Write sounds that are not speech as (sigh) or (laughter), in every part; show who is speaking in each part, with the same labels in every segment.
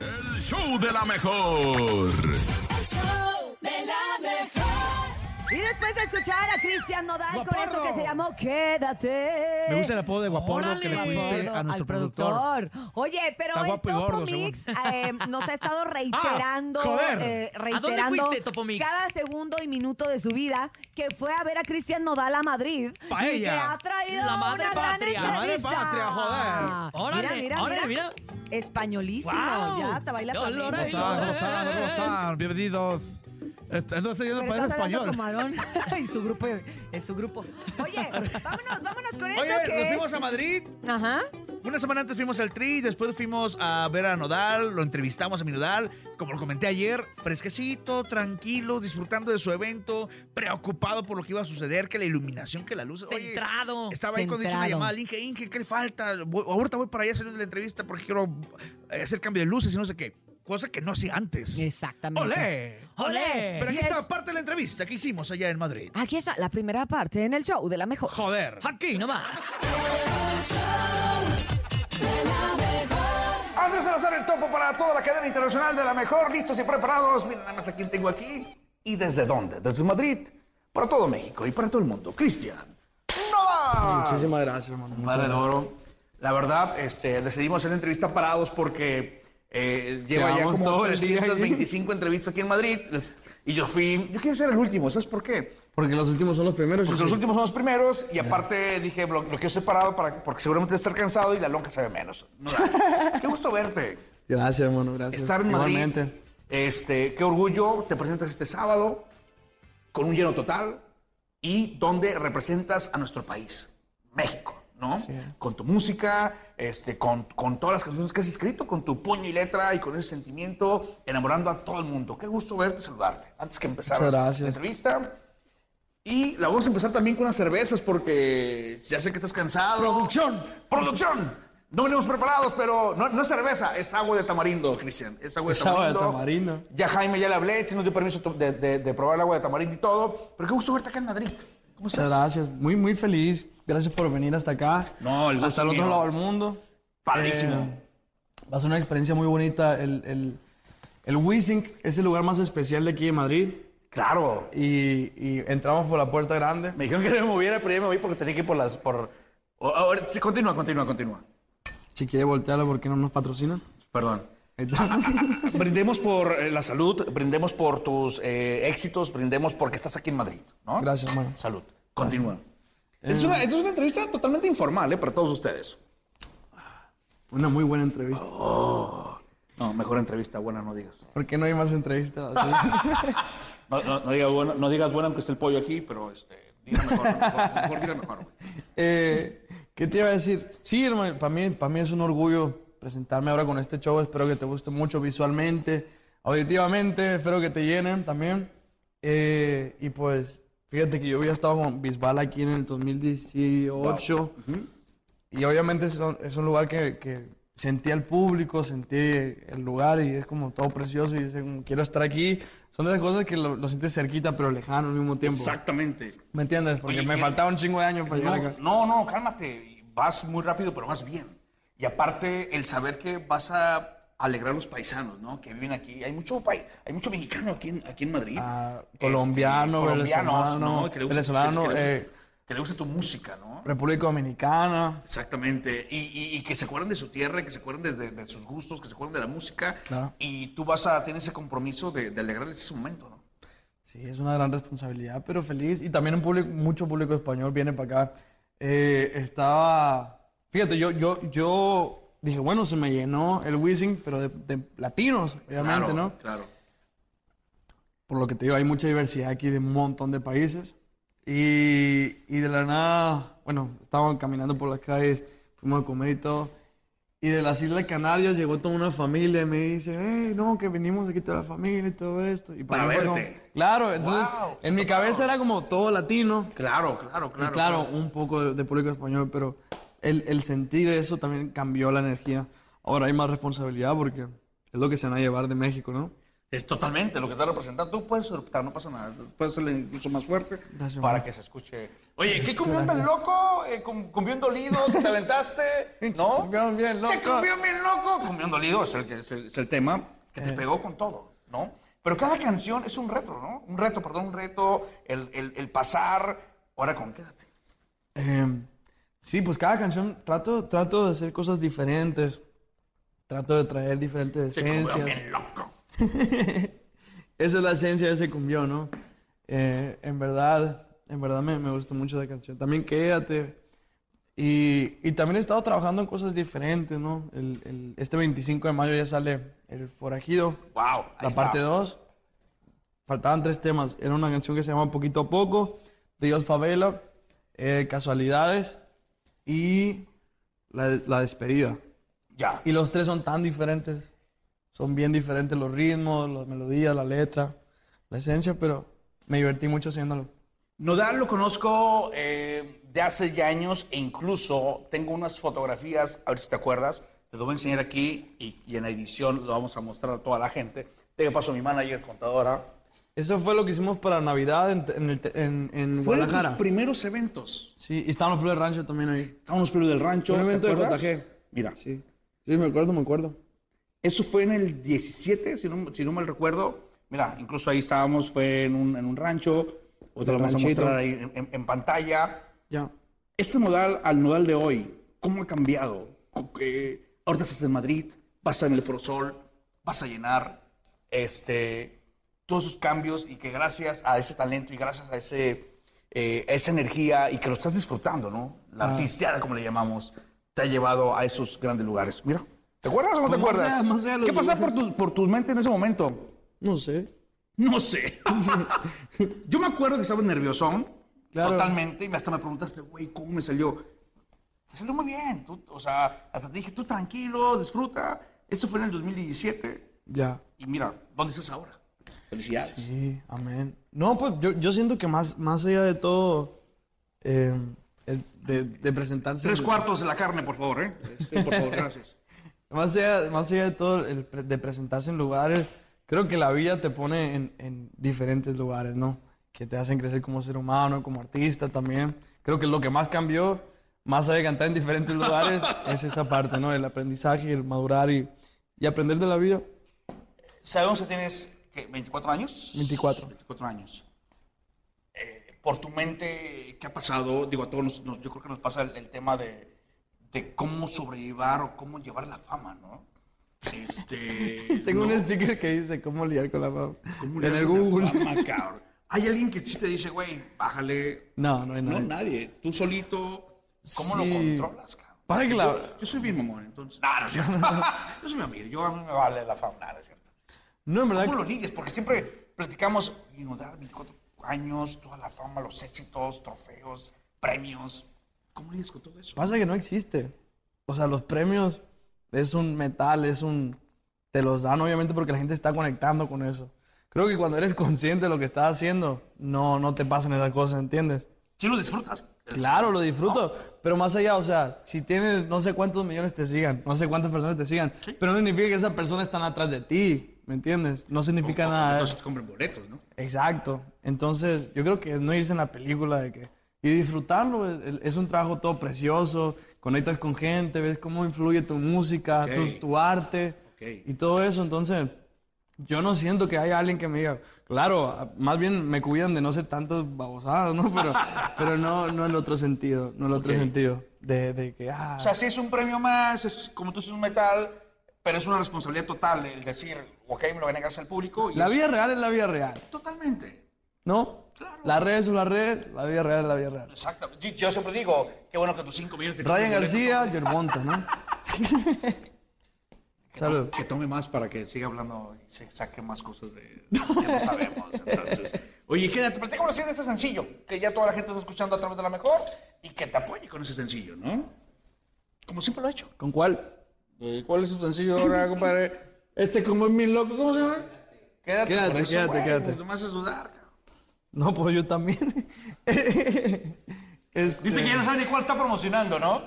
Speaker 1: El show de la mejor.
Speaker 2: El show de la mejor.
Speaker 3: Y después de escuchar a Cristian Nodal con
Speaker 4: Guaporro.
Speaker 3: esto que se llamó Quédate.
Speaker 5: Me gusta el apodo de Guaporro que le
Speaker 3: Órale.
Speaker 5: pusiste a
Speaker 3: Al
Speaker 5: nuestro productor.
Speaker 3: Oye, pero
Speaker 5: Está
Speaker 3: el
Speaker 5: guapo y
Speaker 3: Topo
Speaker 5: gordo,
Speaker 3: Mix eh, nos ha
Speaker 5: (laughs)
Speaker 3: estado reiterando,
Speaker 5: Ah, joder.
Speaker 3: eh,
Speaker 4: ¿A
Speaker 3: reiterando
Speaker 4: dónde fuiste, Topo Mix?
Speaker 3: cada segundo y minuto de su vida que fue a ver a Cristian Nodal a Madrid
Speaker 5: Paella.
Speaker 3: y que ha traído
Speaker 4: La madre
Speaker 3: una gran
Speaker 4: patria. La
Speaker 5: madre
Speaker 3: entrevista.
Speaker 5: patria, joder.
Speaker 4: Órale,
Speaker 3: mira, mira,
Speaker 4: órale,
Speaker 3: mira. Españolísimo,
Speaker 4: Guau.
Speaker 3: ya hasta baila
Speaker 4: Dolores.
Speaker 3: flamenco.
Speaker 4: Ay,
Speaker 5: Gozar,
Speaker 4: no.
Speaker 5: gozar, gozar. Bienvenidos. Este, No estoy yendo
Speaker 3: Pero
Speaker 5: para el
Speaker 3: estás hablando
Speaker 5: español.
Speaker 3: como Aarón. y su grupo, en su grupo. Oye, vámonos, vámonos con eso
Speaker 6: Oye,
Speaker 3: que
Speaker 6: nos
Speaker 3: es-
Speaker 6: fuimos a Madrid.
Speaker 3: Ajá.
Speaker 6: Una semana antes fuimos al Tri, después fuimos a ver a Nodal, lo entrevistamos a mi Nodal. Como lo comenté ayer, fresquecito, tranquilo, disfrutando de su evento, preocupado por lo que iba a suceder, que la iluminación, que la luz. Oye,
Speaker 4: Centrado.
Speaker 6: Estaba ahí cuando hizo una
Speaker 3: Centrado.
Speaker 6: llamada al Inge, Inge, ¿qué le falta? Voy- ahorita voy para allá saliendo de la entrevista porque quiero eh, hacer cambio de luces y no sé qué. Cosa que no hacía antes.
Speaker 3: Exactamente. Eh,
Speaker 6: ¡Olé!
Speaker 4: ¡Olé!
Speaker 6: Pero aquí
Speaker 3: Y es-
Speaker 6: está parte de la entrevista que hicimos allá en Madrid.
Speaker 3: Aquí está la primera parte en el show de la mejor.
Speaker 6: Joder.
Speaker 4: Aquí nomás.
Speaker 6: Andrés Salazar, el topo para toda la cadena internacional de la mejor. Listos y preparados. Miren nada más a quién tengo aquí. ¿Y desde dónde? Desde Madrid. Para todo México y para todo el mundo. Cristian. ¡No!
Speaker 7: Muchísimas gracias, hermano.
Speaker 6: Madre de oro. La verdad, este, decidimos hacer la entrevista parados porque eh, lleva ya
Speaker 7: Llevamos
Speaker 6: como
Speaker 7: todo el día ahí.
Speaker 6: 325 entrevistas aquí en Madrid. Les- Y yo fui... Yo quiero ser el último, ¿sabes por qué?
Speaker 7: Porque los últimos son los primeros.
Speaker 6: Porque
Speaker 7: sí.
Speaker 6: los últimos son los primeros y aparte dije, lo, lo quiero separado para, porque seguramente estar cansado y la lonca se ve menos. No,
Speaker 7: (laughs)
Speaker 6: qué gusto verte.
Speaker 7: Gracias, hermano, gracias.
Speaker 6: Estar en Madrid.
Speaker 7: Igualmente.
Speaker 6: Este, qué orgullo, te presentas este sábado con un lleno total y donde representas a nuestro país, México, ¿no? Con tu música, este, con, con todas las canciones que has escrito, con tu puño y letra y con ese sentimiento, enamorando a todo el mundo. Qué gusto verte, saludarte. Antes que empezar
Speaker 7: Muchas gracias.
Speaker 6: la entrevista. Y la vamos a empezar también con unas cervezas porque ya sé que estás cansado.
Speaker 7: Producción.
Speaker 6: ¡Producción! No venimos preparados, pero no, no es cerveza, es agua de tamarindo, Cristian. Es agua de
Speaker 7: Es agua de
Speaker 6: tamarindo.
Speaker 7: tamarindo.
Speaker 6: Ya Jaime, ya le hablé, si nos dio permiso to- de, de- de probar el agua de tamarindo y todo. Pero qué gusto verte acá en Madrid. ¿Cómo
Speaker 7: Muchas
Speaker 6: estás?
Speaker 7: gracias. Muy, muy feliz. Gracias por venir hasta acá.
Speaker 6: No, el gusto
Speaker 7: Hasta el otro
Speaker 6: mío.
Speaker 7: lado del mundo.
Speaker 6: Padrísimo.
Speaker 7: Eh, va a ser una experiencia muy bonita. El, el, el Wisink es el lugar más especial de aquí de Madrid.
Speaker 6: Claro.
Speaker 7: Y, y entramos por la puerta grande.
Speaker 6: Me dijeron que no me moviera, pero ya me voy porque tenía que ir por las... Por... O- ahora- sí, continúa, continúa, continúa.
Speaker 7: Si quiere voltearlo, ¿por qué no nos patrocinan?
Speaker 6: Perdón.
Speaker 7: Ahí está. (laughs)
Speaker 6: Brindemos por eh, la salud, brindemos por tus eh, éxitos, brindemos porque estás aquí en Madrid, ¿no?
Speaker 7: Gracias, hermano. Eh,
Speaker 6: Salud. Continúa. Es, una, es una entrevista totalmente informal, ¿eh? Para todos ustedes.
Speaker 7: Una muy buena entrevista.
Speaker 6: No, mejor entrevista, buena no digas.
Speaker 7: ¿Por qué no hay más entrevistas? así?
Speaker 6: No, no, no digas, buena, no digas buena aunque esté el pollo aquí, pero este, dila mejor, mejor, mejor dila mejor. güey.
Speaker 7: Eh, ¿Qué te iba a decir? Sí, hermano, para mí, para mí es un orgullo presentarme ahora con este show. Espero que te guste mucho visualmente, auditivamente. Espero que te llenen también. Eh, y pues, fíjate que yo había estado con Bisbal aquí en el 2018. Y obviamente es un, es un lugar que, que sentí al público, sentí el lugar y es como todo precioso. Y yo sé, como, quiero estar aquí. Son de esas cosas que lo, lo sientes cerquita, pero lejano al mismo tiempo.
Speaker 6: Exactamente.
Speaker 7: ¿Me entiendes? Porque
Speaker 6: Oye,
Speaker 7: me
Speaker 6: y-
Speaker 7: faltaba un chingo de años para llegar
Speaker 6: No,
Speaker 7: acá.
Speaker 6: no, no, cálmate. Vas muy rápido, pero vas bien. Y aparte, el saber que vas a alegrar a los paisanos, ¿no? Que viven aquí. Hay mucho país, hay mucho mexicano aquí en, aquí en Madrid.
Speaker 7: Ah,
Speaker 6: Este,
Speaker 7: colombiano,
Speaker 6: colombianos,
Speaker 7: venezolano,
Speaker 6: ¿no? Que le gusta-
Speaker 7: venezolano,
Speaker 6: que- que le gusta-
Speaker 7: eh,
Speaker 6: que le gusta tu música, ¿no?
Speaker 7: República Dominicana.
Speaker 6: Exactamente. Y, y- y que se acuerden de su tierra, que se acuerden de, de- de sus gustos, que se acuerden de la música.
Speaker 7: Claro.
Speaker 6: Y tú vas a tener ese compromiso de, de alegrarles ese momento, ¿no?
Speaker 7: Sí, es una gran responsabilidad, pero feliz. Y también un público, mucho público español viene para acá. Eh, estaba, fíjate, yo, yo, yo dije, bueno, se me llenó el Wizzing, pero de, de latinos, obviamente,
Speaker 6: Claro,
Speaker 7: ¿no?
Speaker 6: Claro.
Speaker 7: Por lo que te digo, hay mucha diversidad aquí de un montón de países. Y, y de la nada, bueno, estábamos caminando por las calles, fuimos a comer y todo. Y de las Islas Canarias llegó toda una familia y me dice, hey, no, que venimos aquí toda la familia y todo esto. Y
Speaker 6: Para
Speaker 7: mí fue como-
Speaker 6: verte.
Speaker 7: claro, entonces
Speaker 6: Wow,
Speaker 7: en mi cabeza era como todo latino.
Speaker 6: Claro, claro, claro.
Speaker 7: y claro, un poco de, de público español, pero el, el sentir eso también cambió la energía. Ahora hay más responsabilidad porque es lo que se van a llevar de México, ¿no?
Speaker 6: Es totalmente lo que está representando. Tú puedes optar, no pasa nada. Puedes hacerle incluso más fuerte
Speaker 7: Gracias,
Speaker 6: para
Speaker 7: man.
Speaker 6: que se escuche. Oye, ¿qué cumbión tan loco? Eh, cum- cumbión dolido
Speaker 7: (laughs)
Speaker 6: que te aventaste,
Speaker 7: Pinche
Speaker 6: ¿no?
Speaker 7: cumbión bien
Speaker 6: Che,
Speaker 7: loco.
Speaker 6: cumbión bien loco. Cumbión dolido es el, que- es el, es el tema. que
Speaker 7: Eh.
Speaker 6: te pegó con todo, ¿no? Pero cada canción es un reto, ¿no? Un reto, perdón, un reto, el, el- el pasar. Ahora con Quédate.
Speaker 7: Eh, sí, pues cada canción trato, trato de hacer cosas diferentes. Trato de traer diferentes
Speaker 6: Te cobran
Speaker 7: esencias.
Speaker 6: bien loco.
Speaker 7: Esa es la esencia de ese cumbión, ¿no? Eh, en verdad, en verdad me, me gustó mucho esa canción. También Quédate. Y, y también he estado trabajando en cosas diferentes, ¿no? El- el- este 25 de mayo ya sale El Forajido,
Speaker 6: Wow. ahí
Speaker 7: la
Speaker 6: está.
Speaker 7: parte 2. Faltaban tres temas. Era una canción que se llama Poquito a Poco, de Dios Favela, eh, Casualidades y la, la despedida.
Speaker 6: Ya.
Speaker 7: Y los tres son tan diferentes. Son bien diferentes los ritmos, las melodías, la letra, la esencia, pero me divertí mucho haciéndolo.
Speaker 6: Nodal lo conozco eh, de hace ya años e incluso tengo unas fotografías, a ver si te acuerdas, te lo voy a enseñar aquí y, y en la edición lo vamos a mostrar a toda la gente. Te paso a mi manager, contadora.
Speaker 7: Eso fue lo que hicimos para Navidad en, en el te- en- en
Speaker 6: Fueron tus
Speaker 7: Guadalajara.
Speaker 6: primeros eventos.
Speaker 7: Sí, y estaban los Plebes Rancho también ahí.
Speaker 6: Estaban los pelos del rancho.
Speaker 7: Un
Speaker 6: ¿te
Speaker 7: evento de
Speaker 6: acuerdas?
Speaker 7: JG.
Speaker 6: Mira,
Speaker 7: Sí, sí, me acuerdo, me acuerdo.
Speaker 6: eso fue en el 17, si no, si no mal recuerdo. Mira, incluso ahí estábamos, fue en un, en un rancho. Otra lo vamos a
Speaker 7: ranchito.
Speaker 6: mostrar ahí en- en- en pantalla.
Speaker 7: Ya.
Speaker 6: Este modal al modal de hoy, ¿cómo ha cambiado? Cu- eh, ahorita estás en Madrid, vas en el Frosol, vas a llenar este, todos esos cambios y que gracias a ese talento y gracias a, ese, eh, a esa energía y que lo estás disfrutando, ¿no? La artisteada, como le llamamos, te ha llevado a esos grandes lugares. Mira, ¿te acuerdas o no te
Speaker 7: Pues más
Speaker 6: acuerdas?
Speaker 7: allá- más allá de los
Speaker 6: ¿Qué pasaba por
Speaker 7: lugares.
Speaker 6: tu, por tu mente en ese momento?
Speaker 7: No sé.
Speaker 6: No sé. (laughs) Yo me acuerdo que estaba nerviosón,
Speaker 7: Claro.
Speaker 6: totalmente, y hasta me preguntaste, güey, ¿cómo me salió? Te salió muy bien, tú- o sea, hasta te dije, tú tranquilo, disfruta. Eso fue en el 2017,
Speaker 7: Ya.
Speaker 6: y mira, ¿dónde estás ahora? Felicidades.
Speaker 7: Sí, amén. No, pues yo, yo siento que más, más allá de todo, eh, el- de, de presentarse.
Speaker 6: Tres cuartos de la carne, por favor, ¿eh? Este, por favor, gracias.
Speaker 7: Más allá, más allá de todo, el pre- de presentarse en lugares, creo que la vida te pone en, en diferentes lugares, ¿no? Que te hacen crecer como ser humano, como artista también. Creo que lo que más cambió, más allá de cantar en diferentes
Speaker 6: (laughs)
Speaker 7: lugares, es esa parte, ¿no? El aprendizaje, el madurar y, y aprender de la vida.
Speaker 6: Sabemos que tienes, ¿qué, 24 años.
Speaker 7: 24.
Speaker 6: 24 años. Eh, por tu mente, ¿qué ha pasado? Digo, a todos nos, nos- yo creo que nos pasa el, el tema de, de cómo sobrellevar o cómo llevar la fama, ¿no? Este,
Speaker 7: (laughs) Tengo
Speaker 6: no,
Speaker 7: un sticker que dice cómo lidiar con la fama.
Speaker 6: ¿cómo
Speaker 7: En
Speaker 6: llevar
Speaker 7: el
Speaker 6: la
Speaker 7: Google.
Speaker 6: fama, cabrón? Hay alguien que sí te dice, güey, bájale.
Speaker 7: (laughs) No, no hay
Speaker 6: No,
Speaker 7: nada.
Speaker 6: nadie. Tú solito, ¿cómo
Speaker 7: Sí.
Speaker 6: lo controlas, cabrón?
Speaker 7: Pasa que la-
Speaker 6: Yo, yo soy bien mamón, entonces. Nada, no es cierto. (laughs) yo soy mi amigo, yo a mí me vale la fama, nada, es cierto.
Speaker 7: No, en verdad.
Speaker 6: ¿Cómo lo lidias? Porque siempre platicamos, inundar 24 años, toda la fama, los éxitos, trofeos, premios. ¿Cómo lidias con todo eso?
Speaker 7: Pasa que no existe. O sea, los premios es un metal, es un... Te los dan obviamente porque la gente está conectando con eso. Creo que cuando eres consciente de lo que estás haciendo, no, no te pasan esas cosas, ¿entiendes?
Speaker 6: ¿Sí lo disfrutas?
Speaker 7: Claro, lo disfruto, pero más allá, o sea, si tienes no sé cuántos millones te sigan, no sé cuántas personas te sigan, pero no significa que esas personas están atrás de ti, ¿me entiendes? No significa nada.
Speaker 6: Entonces compren boletos, ¿no?
Speaker 7: Exacto. Entonces, yo creo que no irse en la película de que... Y disfrutarlo, el- el- es un trabajo todo precioso, conectas con gente, ves cómo influye tu música,
Speaker 6: Ok.
Speaker 7: tus- tu, arte
Speaker 6: Ok.
Speaker 7: y todo eso. Entonces, yo no siento que haya alguien que me diga, claro, a- más bien me cuidan de no ser tantos babosados, ¿no? (laughs) Pero, pero no, no el otro sentido, no el otro
Speaker 6: Ok.
Speaker 7: sentido. De, de que, ah,
Speaker 6: O sea, sí es un premio más, es como tú dices, un metal, pero es una responsabilidad total el decir, ok, me lo va a negarse al público. Y
Speaker 7: la
Speaker 6: es-
Speaker 7: vida real es la vida real,
Speaker 6: Totalmente.
Speaker 7: ¿no?
Speaker 6: Claro.
Speaker 7: Las redes son las redes, la vida real es la vida real.
Speaker 6: Exacto. Yo, yo siempre digo, qué bueno que tus 5 millones de
Speaker 7: Ryan
Speaker 6: compren
Speaker 7: García, Yerbonta, ¿no? (laughs) Salud.
Speaker 6: que tome más para que siga hablando y se saque más cosas de que no sabemos. Entonces, oye, quédate, platícame así de este sencillo, que ya toda la gente está escuchando a través de la mejor y que te apoye con ese sencillo, ¿no? Como siempre lo ha hecho.
Speaker 7: ¿Con cuál?
Speaker 6: Eh, ¿Cuál es tu sencillo ahora, compadre? Este como es mi loco, ¿cómo se llama? Quédate,
Speaker 7: Quédate,
Speaker 6: por eso,
Speaker 7: quédate,
Speaker 6: güey,
Speaker 7: quédate.
Speaker 6: No te me haces dudar, cabrón.
Speaker 7: No, pues yo también. (laughs) Este,
Speaker 6: Dice que ya no sabe ni cuál está promocionando, ¿no?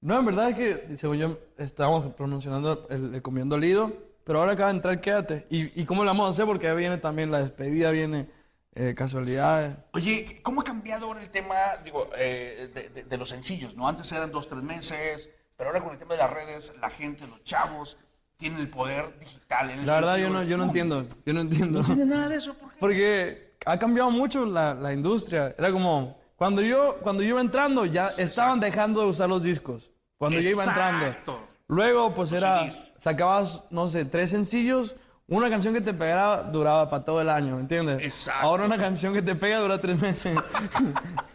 Speaker 7: No, en verdad es que, según yo, estábamos promocionando el, el comiendo lido, pero ahora acaba de entrar Quédate. ¿Y, y cómo lo vamos a hacer? Porque ahí viene también la despedida, viene eh, casualidades.
Speaker 6: Oye, ¿cómo ha cambiado ahora el tema, digo, eh, de, de- de los sencillos, no? Antes eran dos, tres meses, pero ahora con el tema de las redes, la gente, los chavos, ti- tienen el poder digital. En el
Speaker 7: La verdad, yo
Speaker 6: sentido
Speaker 7: no,
Speaker 6: de-
Speaker 7: yo no entiendo. Yo no entiendo.
Speaker 6: No tiene nada de eso. ¿por qué?
Speaker 7: Porque ha cambiado mucho la, la industria. Era como, cuando yo, cuando yo iba entrando, ya estaban dejando de usar los discos. Cuando yo iba
Speaker 6: Exacto.
Speaker 7: entrando. Luego, pues
Speaker 6: Los
Speaker 7: era,
Speaker 6: CDs.
Speaker 7: sacabas, no sé, tres sencillos. Una canción que te pegara duraba para todo el año, ¿entiendes?
Speaker 6: Exacto.
Speaker 7: Ahora una canción que te pega dura tres
Speaker 6: (laughs)
Speaker 7: meses.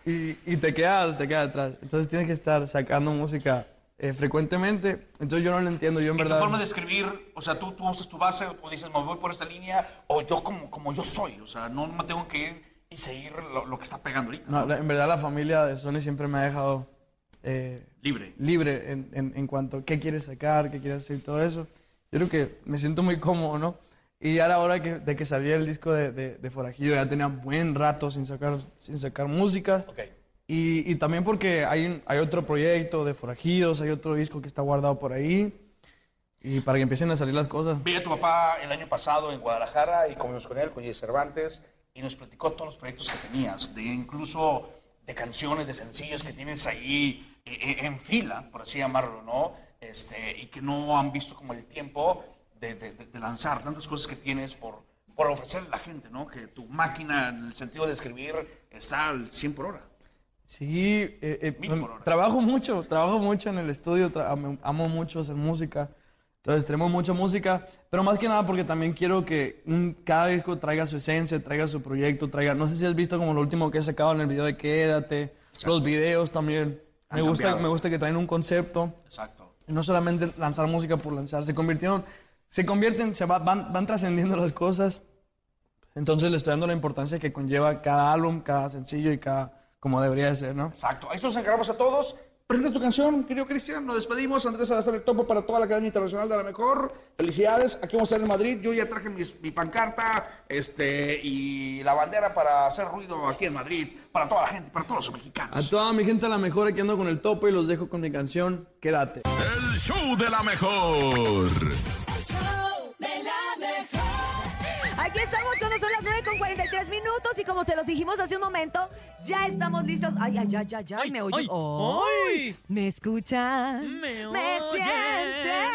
Speaker 7: y, y te quedas, te quedas atrás. Entonces tienes que estar sacando música eh, frecuentemente. Entonces yo no lo entiendo, yo en
Speaker 6: Y tu
Speaker 7: verdad...
Speaker 6: forma de escribir, o sea, tú, tú usas tu base, o dices, me voy por esta línea, o yo como, como yo soy, o sea, no me tengo que ir y seguir lo, lo que está pegando ahorita.
Speaker 7: No, la- en verdad la familia de Sony siempre me ha dejado eh,
Speaker 6: Libre.
Speaker 7: libre en, en- en cuanto a qué quieres sacar, qué quieres hacer y todo eso. Yo creo que me siento muy cómodo, ¿no? Y ahora, ahora que, de que salía el disco de, de- de Forajido, ya tenía buen rato sin sacar, sin sacar música.
Speaker 6: Ok.
Speaker 7: Y, y también porque hay, un- hay otro proyecto de Forajidos, hay otro disco que está guardado por ahí. Y para que empiecen a salir las cosas.
Speaker 6: Vi a tu papá el año pasado en Guadalajara y comimos con él, con Jay Cervantes, y nos platicó todos los proyectos que tenías, de incluso de canciones, de sencillos que tienes ahí eh, eh, en fila, por así llamarlo, ¿no? Este, y que no han visto como el tiempo de, de- de- de lanzar tantas cosas que tienes por, por ofrecerle a la gente, ¿no? Que tu máquina, en el sentido de escribir, está al 100 por hora.
Speaker 7: Sí, eh, eh,
Speaker 6: Mil
Speaker 7: pues,
Speaker 6: por hora.
Speaker 7: trabajo mucho, trabajo mucho en el estudio, tra- am- amo mucho hacer música, entonces tenemos mucha música, pero más que nada porque también quiero que un- cada disco traiga su esencia, traiga su proyecto, traiga, no sé si has visto como lo último que he sacado en el video de Quédate, los videos también,
Speaker 6: Han
Speaker 7: me gusta,
Speaker 6: cambiado.
Speaker 7: me gusta que traen un concepto,
Speaker 6: Exacto.
Speaker 7: y no solamente lanzar música por lanzar, se convirtieron, se convierten, se va- van, van trascendiendo las cosas. Entonces le estoy dando la importancia que conlleva cada álbum, cada sencillo y cada, como debería de ser, ¿no?
Speaker 6: Exacto. A esto nos encargamos a todos. Presenta tu canción, querido Cristian. Nos despedimos. Andrés Salazar el Topo para toda la cadena internacional de la mejor. Felicidades. Aquí vamos a estar en Madrid. Yo ya traje mis- mi pancarta este, y la bandera para hacer ruido aquí en Madrid. Para toda la gente, para todos los
Speaker 7: A
Speaker 6: mexicanos.
Speaker 7: toda mi gente a la mejor, aquí ando con el topo y los dejo con mi canción, quédate.
Speaker 1: El show de la mejor.
Speaker 2: El show de la mejor.
Speaker 3: Aquí estamos cuando son las 9 con 43 minutos y como se los dijimos hace un momento, ya estamos listos. Ay, ay, ay, ay, ay,
Speaker 4: Ay,
Speaker 3: me oye.
Speaker 4: ay, ay.
Speaker 3: Me escuchan.
Speaker 4: Me oyen.
Speaker 3: sienten.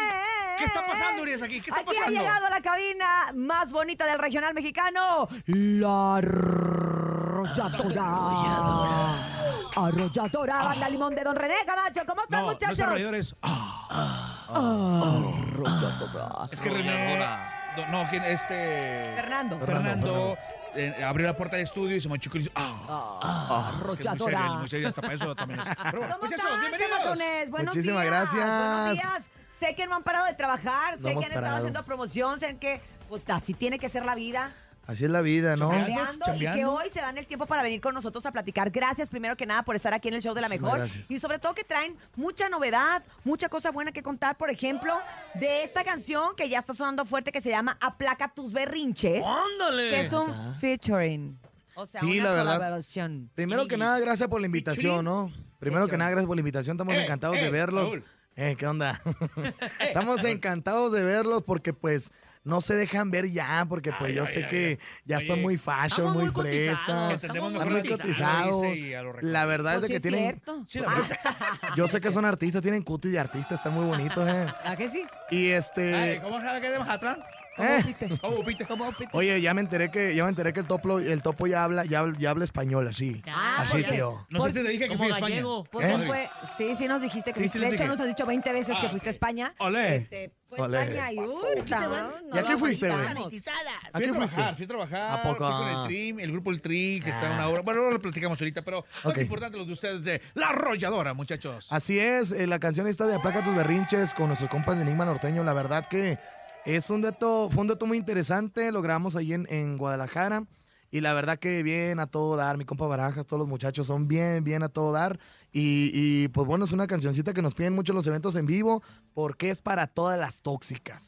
Speaker 4: ¿Qué está pasando, Urias, aquí? ¿Qué está
Speaker 3: Aquí
Speaker 4: pasando?
Speaker 3: ha llegado a la cabina más bonita del regional mexicano, la arrolladora. Arrolladora, banda limón de Don René Camacho. ¿Cómo están,
Speaker 5: No, no es
Speaker 3: muchachos?
Speaker 5: arrollador, es. ah.
Speaker 3: Arrolladora.
Speaker 5: Es que René. No, no, ¿quién? Este.
Speaker 3: Fernando.
Speaker 5: Fernando. eh, abrió la puerta del estudio y se mochó y dijo, ¡Ah! Es que es muy serio,
Speaker 3: Arrolladora.
Speaker 5: él, muy serio, hasta para eso también es. Pero bueno, pues
Speaker 3: ¿Cómo
Speaker 5: muchachos,
Speaker 3: están, chamatones? Buenos
Speaker 8: Muchísimas
Speaker 3: días. Buenos
Speaker 8: gracias.
Speaker 3: días. Sé que no han parado de trabajar, sé
Speaker 8: No hemos
Speaker 3: que han estado
Speaker 8: parado.
Speaker 3: haciendo promoción, sé que pues así tiene que ser la vida,
Speaker 8: Así es la vida, ¿no?
Speaker 5: Chambeando,
Speaker 3: chambeando, y que
Speaker 5: chambeando.
Speaker 3: hoy se dan el tiempo para venir con nosotros a platicar. Gracias primero que nada por estar aquí en el show de la
Speaker 8: Muchísimas
Speaker 3: mejor
Speaker 8: gracias.
Speaker 3: y sobre todo que traen mucha novedad, mucha cosa buena que contar, por ejemplo, de esta canción que ya está sonando fuerte que se llama Aplaca tus berrinches, que
Speaker 4: ¡Ándale!
Speaker 3: es un featuring. O sea,
Speaker 8: Sí,
Speaker 3: una
Speaker 8: la verdad.
Speaker 3: colaboración.
Speaker 8: Primero que nada, gracias por la invitación, ¿no? Primero que nada, gracias por la invitación. Estamos
Speaker 5: Eh,
Speaker 8: encantados
Speaker 5: eh,
Speaker 8: de verlos.
Speaker 5: Saúl.
Speaker 8: Eh,
Speaker 5: (laughs)
Speaker 8: ¿Qué onda? Estamos encantados de verlos porque, pues, no se dejan ver ya, porque, pues,
Speaker 5: Ay,
Speaker 8: yo
Speaker 5: ay,
Speaker 8: sé
Speaker 5: ay,
Speaker 8: que ya
Speaker 5: Oye,
Speaker 8: son muy fashion,
Speaker 4: estamos
Speaker 8: muy
Speaker 4: muy cotizados,
Speaker 8: fresas.
Speaker 5: Entendemos
Speaker 8: están
Speaker 5: mejor
Speaker 8: muy
Speaker 5: lo que dice
Speaker 8: cotizados.
Speaker 5: y a lo reconoce.
Speaker 8: La verdad
Speaker 3: Pues
Speaker 8: es de
Speaker 3: sí
Speaker 8: que
Speaker 3: es
Speaker 8: tienen.
Speaker 3: cierto.
Speaker 5: Sí, la verdad.
Speaker 8: (laughs) Yo sé que son artistas, tienen cutis de artistas, están muy bonitos, ¿eh?
Speaker 3: ¿A que sí?
Speaker 8: Y
Speaker 5: Ay,
Speaker 8: este.
Speaker 5: ¿Cómo es que de Mazatlán?
Speaker 8: eh,
Speaker 5: ¿Cómo upiste?
Speaker 8: Oye, ya me enteré que, ya me enteré que el topo, el topo ya habla, ya, habla- ya habla español así.
Speaker 4: Ah,
Speaker 8: así,
Speaker 3: oye.
Speaker 8: tío.
Speaker 5: No sé si te dije que
Speaker 4: Como
Speaker 5: fui a España.
Speaker 4: gallego.
Speaker 3: Porque
Speaker 8: ¿Eh?
Speaker 3: fue, sí, sí nos dijiste que
Speaker 5: Sí,
Speaker 3: fuiste.
Speaker 5: sí les
Speaker 3: de hecho,
Speaker 5: dije.
Speaker 3: nos has dicho 20 veces que
Speaker 5: Ah,
Speaker 3: fuiste a España.
Speaker 5: Olé.
Speaker 3: Este, fue
Speaker 8: Olé.
Speaker 3: España y uy, cabrón,
Speaker 8: ¿Y a
Speaker 3: no
Speaker 8: qué
Speaker 3: nos
Speaker 8: fuiste, güey?
Speaker 3: aguantamos.
Speaker 8: ¿A
Speaker 5: Fui a
Speaker 8: qué
Speaker 5: trabajar,
Speaker 8: fuiste?
Speaker 5: fui a trabajar.
Speaker 8: ¿A poco?
Speaker 5: Fui con el Trim, el grupo El Tri, que está
Speaker 8: Ah.
Speaker 5: en una hora. Bueno, ahora lo platicamos ahorita, pero lo
Speaker 8: Ok.
Speaker 5: más importante los de ustedes de La Arrolladora, muchachos.
Speaker 8: Así es, eh, la canción está de Aplaca tus berrinches con nuestros compas de Enigma Norteño. La verdad que es un dato, fue un dato muy interesante, lo grabamos ahí en, en Guadalajara. Y la verdad que bien a todo dar, mi compa Barajas, todos los muchachos son bien, bien a todo dar. Y, y, pues bueno, es una cancioncita que nos piden mucho los eventos en vivo porque es para todas las tóxicas.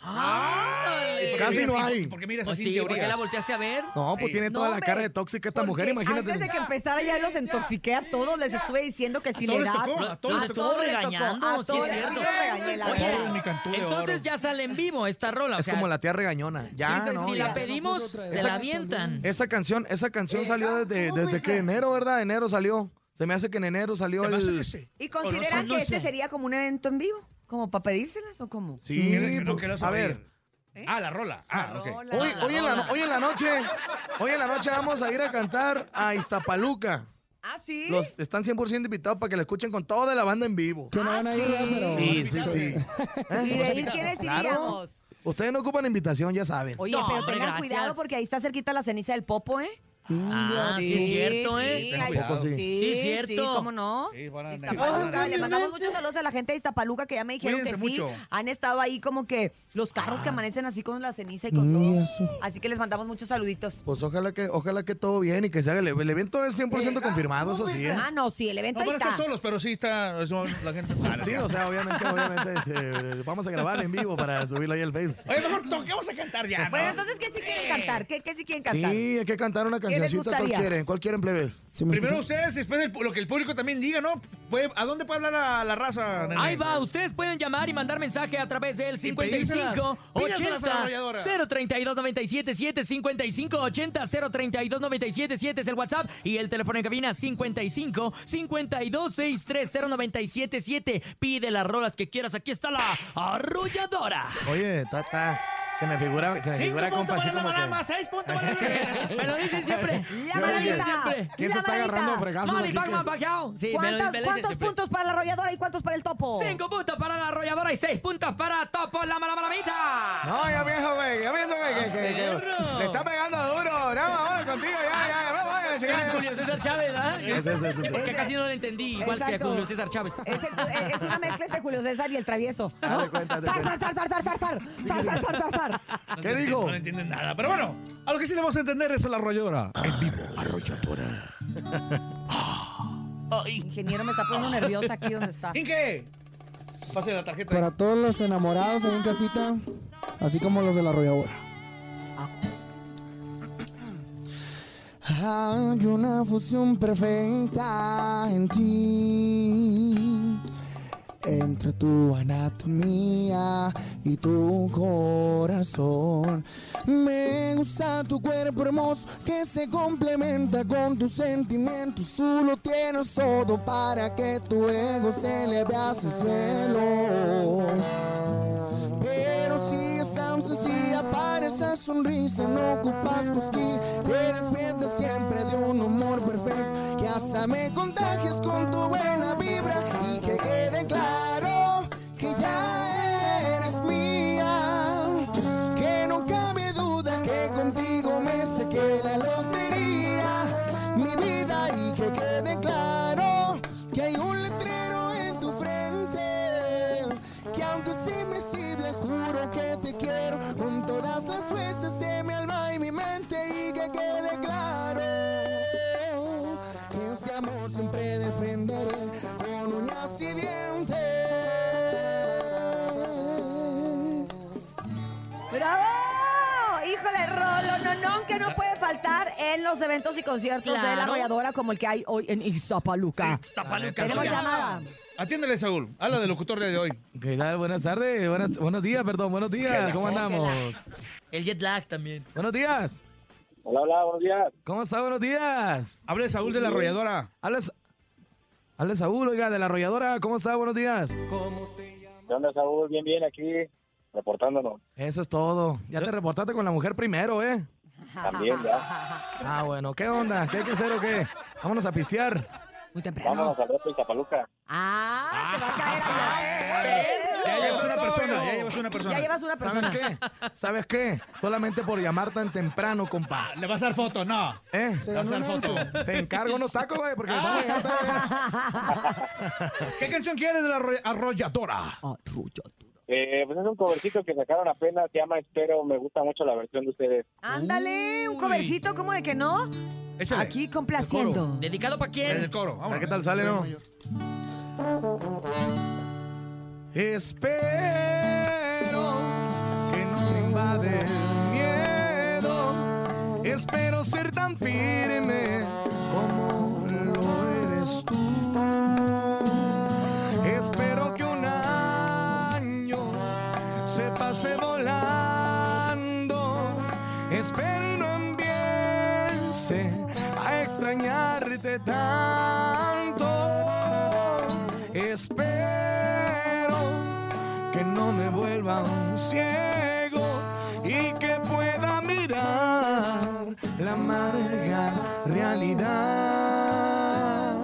Speaker 5: ¿Y por qué
Speaker 8: Casi
Speaker 5: miras-
Speaker 8: no
Speaker 5: y-
Speaker 8: hay.
Speaker 5: y ¿Por qué miras
Speaker 4: Pues
Speaker 5: así,
Speaker 4: sí,
Speaker 5: Cintia
Speaker 4: ¿por qué
Speaker 5: Urias?
Speaker 4: la volteaste a ver?
Speaker 8: No, pues
Speaker 5: Sí.
Speaker 8: tiene toda
Speaker 3: No,
Speaker 8: la
Speaker 3: hombre,
Speaker 8: cara de tóxica esta mujer,
Speaker 3: porque
Speaker 8: imagínate.
Speaker 3: Antes de que empezara ya los intoxiqué a todos, les estuve diciendo que si
Speaker 5: todos
Speaker 3: le
Speaker 5: les
Speaker 3: da.
Speaker 5: tocó, a
Speaker 4: Ah,
Speaker 5: todos les
Speaker 3: a
Speaker 5: tocó.
Speaker 3: todos les tocó,
Speaker 4: regañando,
Speaker 3: a
Speaker 4: sí es
Speaker 3: todos les
Speaker 4: cierto.
Speaker 3: regañé, la
Speaker 5: Oye,
Speaker 3: verdad.
Speaker 5: mi cantú de
Speaker 4: Entonces
Speaker 5: oro.
Speaker 4: ya sale en vivo esta rola. O
Speaker 8: Es
Speaker 4: sea,
Speaker 8: como la tía regañona. Ya,
Speaker 4: si,
Speaker 8: no,
Speaker 4: si la
Speaker 8: ya.
Speaker 4: pedimos, se la avientan.
Speaker 8: Esa canción, esa canción
Speaker 3: Eh,
Speaker 8: salió desde, desde que enero, ¿verdad? Enero salió. Se me hace que en enero salió
Speaker 5: Se me hace que
Speaker 8: el.
Speaker 5: sí.
Speaker 3: Y consideran
Speaker 4: O no sé, no
Speaker 3: que este
Speaker 4: sé.
Speaker 3: sería como un evento en vivo. ¿Como para pedírselas o cómo?
Speaker 8: Sí,
Speaker 5: Que- no,
Speaker 8: pues,
Speaker 5: que no se
Speaker 8: a
Speaker 5: va
Speaker 8: ver.
Speaker 5: ir. Ah, la rola. Ah, ok.
Speaker 3: Rola.
Speaker 8: Hoy, hoy en la, no- hoy en la noche, hoy en la noche vamos a ir a cantar a Iztapaluca.
Speaker 3: Ah, sí.
Speaker 8: Los están 100% invitados para que la escuchen con toda la banda en vivo.
Speaker 9: Que no van a ir, ¿verdad?
Speaker 8: (laughs)
Speaker 9: pero...
Speaker 8: Sí, sí, sí.
Speaker 3: ¿Y de ir quiénes
Speaker 8: Claro.
Speaker 3: iríamos?
Speaker 8: Ustedes no ocupan invitación, ya saben.
Speaker 3: Oye,
Speaker 4: No,
Speaker 3: pero
Speaker 4: hombre,
Speaker 3: tengan
Speaker 4: gracias.
Speaker 3: cuidado porque ahí está cerquita la ceniza del popo, ¿eh?
Speaker 4: Ah, sí, es cierto, ¿eh?
Speaker 5: tengan
Speaker 3: ahí-
Speaker 5: cuidado.
Speaker 8: Sí,
Speaker 4: es cierto.
Speaker 3: sí, ¿Cómo no?
Speaker 5: Sí, van a-
Speaker 3: Iztapaluca, le mandamos muchos saludos a la gente de Iztapaluca que ya me dijeron
Speaker 5: Cuídense
Speaker 3: que sí.
Speaker 5: mucho.
Speaker 3: Han estado ahí como que los carros
Speaker 4: Ah.
Speaker 3: que amanecen así con la ceniza y con
Speaker 8: Mm,
Speaker 9: Ingazo.
Speaker 3: todo. Así que les mandamos muchos saluditos.
Speaker 8: Pues ojalá que, ojalá que todo bien y que se haga el, el evento es 100% confirmado, eso sí, ¿eh?
Speaker 3: Ah, no, sí, el evento
Speaker 5: No van
Speaker 3: ahí
Speaker 5: a
Speaker 3: está.
Speaker 5: estar solos, pero sí está eso, la gente. Ah, no,
Speaker 8: Sí, o sea, obviamente, obviamente, este, vamos a grabar en vivo para subirlo ahí al Facebook.
Speaker 5: Oye, mejor toquemos a cantar ya. ¿no?
Speaker 3: Bueno, entonces, ¿qué sí quieren cantar? ¿Qué, qué sí quieren cantar?
Speaker 8: Sí, hay que cantar una
Speaker 3: les
Speaker 8: cancioncita. ¿Cuál
Speaker 3: gustaría?
Speaker 8: quieren? ¿Cuál quieren, plebes?
Speaker 9: Sí, me
Speaker 5: Primero
Speaker 9: escucho.
Speaker 5: ustedes, después el pu- lo que el público también diga, ¿no? Puede- ¿A dónde puede hablar la, la raza? nene?
Speaker 4: Ahí va, ustedes pueden llamar y mandar mensaje a través del
Speaker 5: Y pedírselas.
Speaker 4: 55
Speaker 5: Pídanselas a la
Speaker 4: 80
Speaker 5: arrolladora.
Speaker 4: 032 97 7 55 80 032 97 7 es el WhatsApp y el teléfono en cabina 55 52 63 0 97 7. Pide las rolas que quieras, aquí está la arrolladora.
Speaker 8: Oye, ta, ta, se me figura, se me
Speaker 5: Cinco
Speaker 8: figura, compa,
Speaker 5: puntos
Speaker 8: así
Speaker 5: para la
Speaker 8: como
Speaker 5: marama,
Speaker 8: que...
Speaker 5: seis puntos
Speaker 8: (laughs)
Speaker 5: para la marama.
Speaker 4: Me lo dicen siempre.
Speaker 3: La
Speaker 4: Me lo dicen
Speaker 3: maravita.
Speaker 4: siempre.
Speaker 8: ¿Quién se
Speaker 3: La maravita.
Speaker 8: está agarrando a fregazos
Speaker 4: Molly
Speaker 8: aquí? que-
Speaker 4: Pacman Pacquiao. Sí, me lo- me lo
Speaker 3: ¿Cuántos,
Speaker 4: dicen
Speaker 3: cuántos
Speaker 4: siempre.
Speaker 3: puntos para la arrolladora y cuántos para el topo?
Speaker 4: Cinco puntos para la arrolladora y seis puntos para Topo la maravita.
Speaker 8: No, ya pienso, güey, ya pienso, güey, que, que- que-
Speaker 4: Perro.
Speaker 8: le está pegando duro. No, vámonos contigo, ya, ya, vamos, vaya,
Speaker 4: ¿Qué es
Speaker 8: chingada.
Speaker 4: Julio César Chávez, ¿ah? ¿verdad?
Speaker 8: Ese, ese, ese.
Speaker 4: Porque casi no lo entendí, igual que
Speaker 3: Exacto.
Speaker 4: Julio César Chávez.
Speaker 3: Es, el-
Speaker 4: (laughs)
Speaker 3: es- es una mezcla entre Julio César y el travieso.
Speaker 8: Haz de
Speaker 3: ¿no?
Speaker 8: cuenta, haz de
Speaker 3: Zar,
Speaker 8: cuenta.
Speaker 3: zar, zar, zar, zar, zar. Zar, zar, zar, zar, zar.
Speaker 4: (laughs)
Speaker 5: No
Speaker 8: ¿Qué
Speaker 5: se entiende-
Speaker 8: digo?
Speaker 5: No entienden nada. Pero bueno, a lo que sí le vamos a entender es a la arrolladora. En vivo. Arrolladora.
Speaker 3: Ingeniero, me está poniendo nerviosa aquí donde está.
Speaker 5: ¿En qué? Pase la tarjeta.
Speaker 9: Para todos los enamorados ahí en casita, así como los de la arrolladora. Hay una fusión perfecta en ti, entre tu anatomía y tu corazón. Me gusta tu cuerpo hermoso que se complementa con tus sentimientos. Tú lo tienes todo para que tu ego se eleve hacia el cielo. Pero si es tan sencilla para esa sonrisa No ocupas cosquilla Te despiertas siempre de un humor perfecto Que hasta me contagias con tu buena vibra Y que quede claro que ya eres mía Que no cabe duda que contigo me saqué la lotería Mi vida y que quede claro Que hay un letrero en tu frente que aunque es invisible juro que te quiero con todas las fuerzas de mi alma y mi mente y que quede claro que ese amor siempre defenderé con uñas y dientes.
Speaker 3: ¡Bravo! Híjole, Rolo, no, no, que no puede faltar en los eventos y conciertos de la
Speaker 4: Claro.
Speaker 3: arrolladora como el que hay hoy en Iztapaluca.
Speaker 5: Ixtapaluca.
Speaker 3: Tenemos
Speaker 5: Oiga,
Speaker 3: llamada.
Speaker 5: Atiéndele, Saúl. Habla del locutor de hoy.
Speaker 8: ¿Qué tal? Buenas tardes, buenas- buenos días, perdón, buenos días, ¿cómo andamos?
Speaker 4: El jet lag también.
Speaker 8: Buenos días,
Speaker 10: Hola, hola, buenos días.
Speaker 8: ¿cómo está? Buenos días.
Speaker 5: Hable Saúl de la arrolladora.
Speaker 8: Hablas, habla Saúl, oiga, de la arrolladora, ¿cómo está? Buenos días.
Speaker 10: ¿Qué onda, Saúl? Bien, bien, aquí reportándonos.
Speaker 8: Eso es todo. Ya te reportaste con la mujer primero, ¿eh?
Speaker 10: También, ya.
Speaker 8: Ah, bueno, ¿qué onda? ¿Qué hay que hacer o qué? Vámonos a pistear.
Speaker 3: Muy temprano.
Speaker 10: Vámonos al reto de Zapaluca.
Speaker 3: Ah, te va a caer allá. eh.
Speaker 5: Ya llevas una persona, ya llevas una
Speaker 3: Ya
Speaker 5: persona.
Speaker 3: llevas una
Speaker 8: ¿Sabes
Speaker 3: persona.
Speaker 8: qué? ¿Sabes qué? Solamente por llamar tan temprano, compa.
Speaker 5: Le vas a dar foto, no.
Speaker 8: ¿Eh?
Speaker 9: Se
Speaker 5: Le vas a dar
Speaker 9: ganó un
Speaker 5: foto.
Speaker 8: Te encargo unos tacos, güey, porque vamos a llegar tarde.
Speaker 5: ¿Qué canción quieres de la arroy- arrolladora?
Speaker 8: Ah.
Speaker 10: Eh, pues es un covercito que sacaron apenas, se llama Espero, me gusta mucho la versión de ustedes.
Speaker 3: Ándale, un
Speaker 5: Uy.
Speaker 3: covercito, ¿cómo de que no?
Speaker 5: Échale.
Speaker 3: Aquí complaciendo.
Speaker 4: ¿Dedicado para
Speaker 5: En
Speaker 4: quién?
Speaker 5: el coro,
Speaker 8: A ver
Speaker 5: vamos.
Speaker 8: qué tal sale, ¿no? Espero que no me invade el miedo. Espero ser tan firme como lo eres tú. Espero que un año se pase volando. Espero y no empiece a extrañarte tanto. Espero
Speaker 5: no me vuelva un ciego y que pueda mirar la amarga realidad.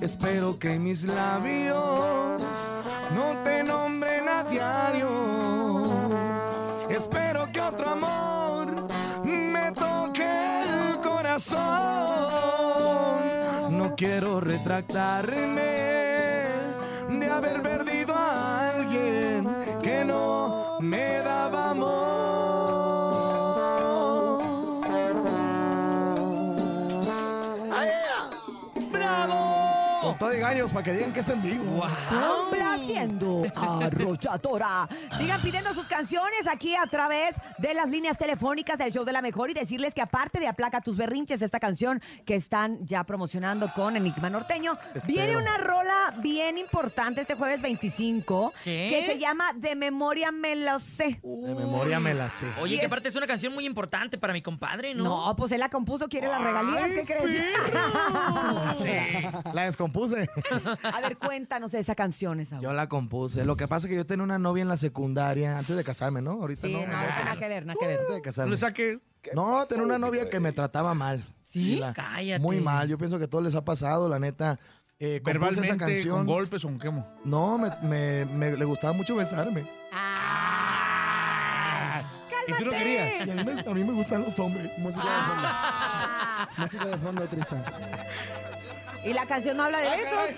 Speaker 5: Espero que mis labios no te nombren a diario. Espero que otro amor me toque el corazón. No quiero retractarme de haber perdido a alguien que no me daba amor.
Speaker 4: ¡Bravo!
Speaker 5: Con todo y gallos para que digan que es en vivo.
Speaker 3: Complaciendo
Speaker 8: Ah.
Speaker 3: arrolladora. Sigan pidiendo sus canciones aquí a través de las líneas telefónicas del show de la mejor y decirles que aparte de Aplaca tus berrinches, esta canción que están ya promocionando con Enigma Norteño, viene una rola bien importante este jueves 25
Speaker 4: ¿Qué?
Speaker 3: que se llama De memoria me lo sé.
Speaker 8: De memoria me la sé.
Speaker 4: Oye, que
Speaker 3: es-
Speaker 4: aparte es una canción muy importante para mi compadre, ¿no?
Speaker 3: No, pues él la compuso, quiere las regalías, ¿qué crees?
Speaker 8: La descompuse.
Speaker 3: (laughs) a ver, cuéntanos de esa canción, esa.
Speaker 8: Yo la compuse. Lo que pasa es que yo tenía una novia en la secundaria antes de casarme, ¿no? Ahorita
Speaker 3: Sí,
Speaker 8: no.
Speaker 3: no, ahorita nada que ver, nada que ver.
Speaker 8: Antes de casarme.
Speaker 11: No saque.
Speaker 8: No, tenía una novia que me trataba mal.
Speaker 4: ¿Sí?
Speaker 8: Y la-
Speaker 4: Cállate.
Speaker 8: Muy mal. Yo pienso que todo les ha pasado, la neta. Eh, compuse
Speaker 11: Verbalmente,
Speaker 8: esa canción.
Speaker 11: con golpes o con quemo.
Speaker 8: No, me, me- me- le gustaba mucho besarme.
Speaker 3: Ah,
Speaker 11: ¿Y tú no querías?
Speaker 5: Y a mí, me, a mí me gustan los hombres. Música de fondo. Música de fondo, Tristan.
Speaker 3: Y la canción no habla de besos.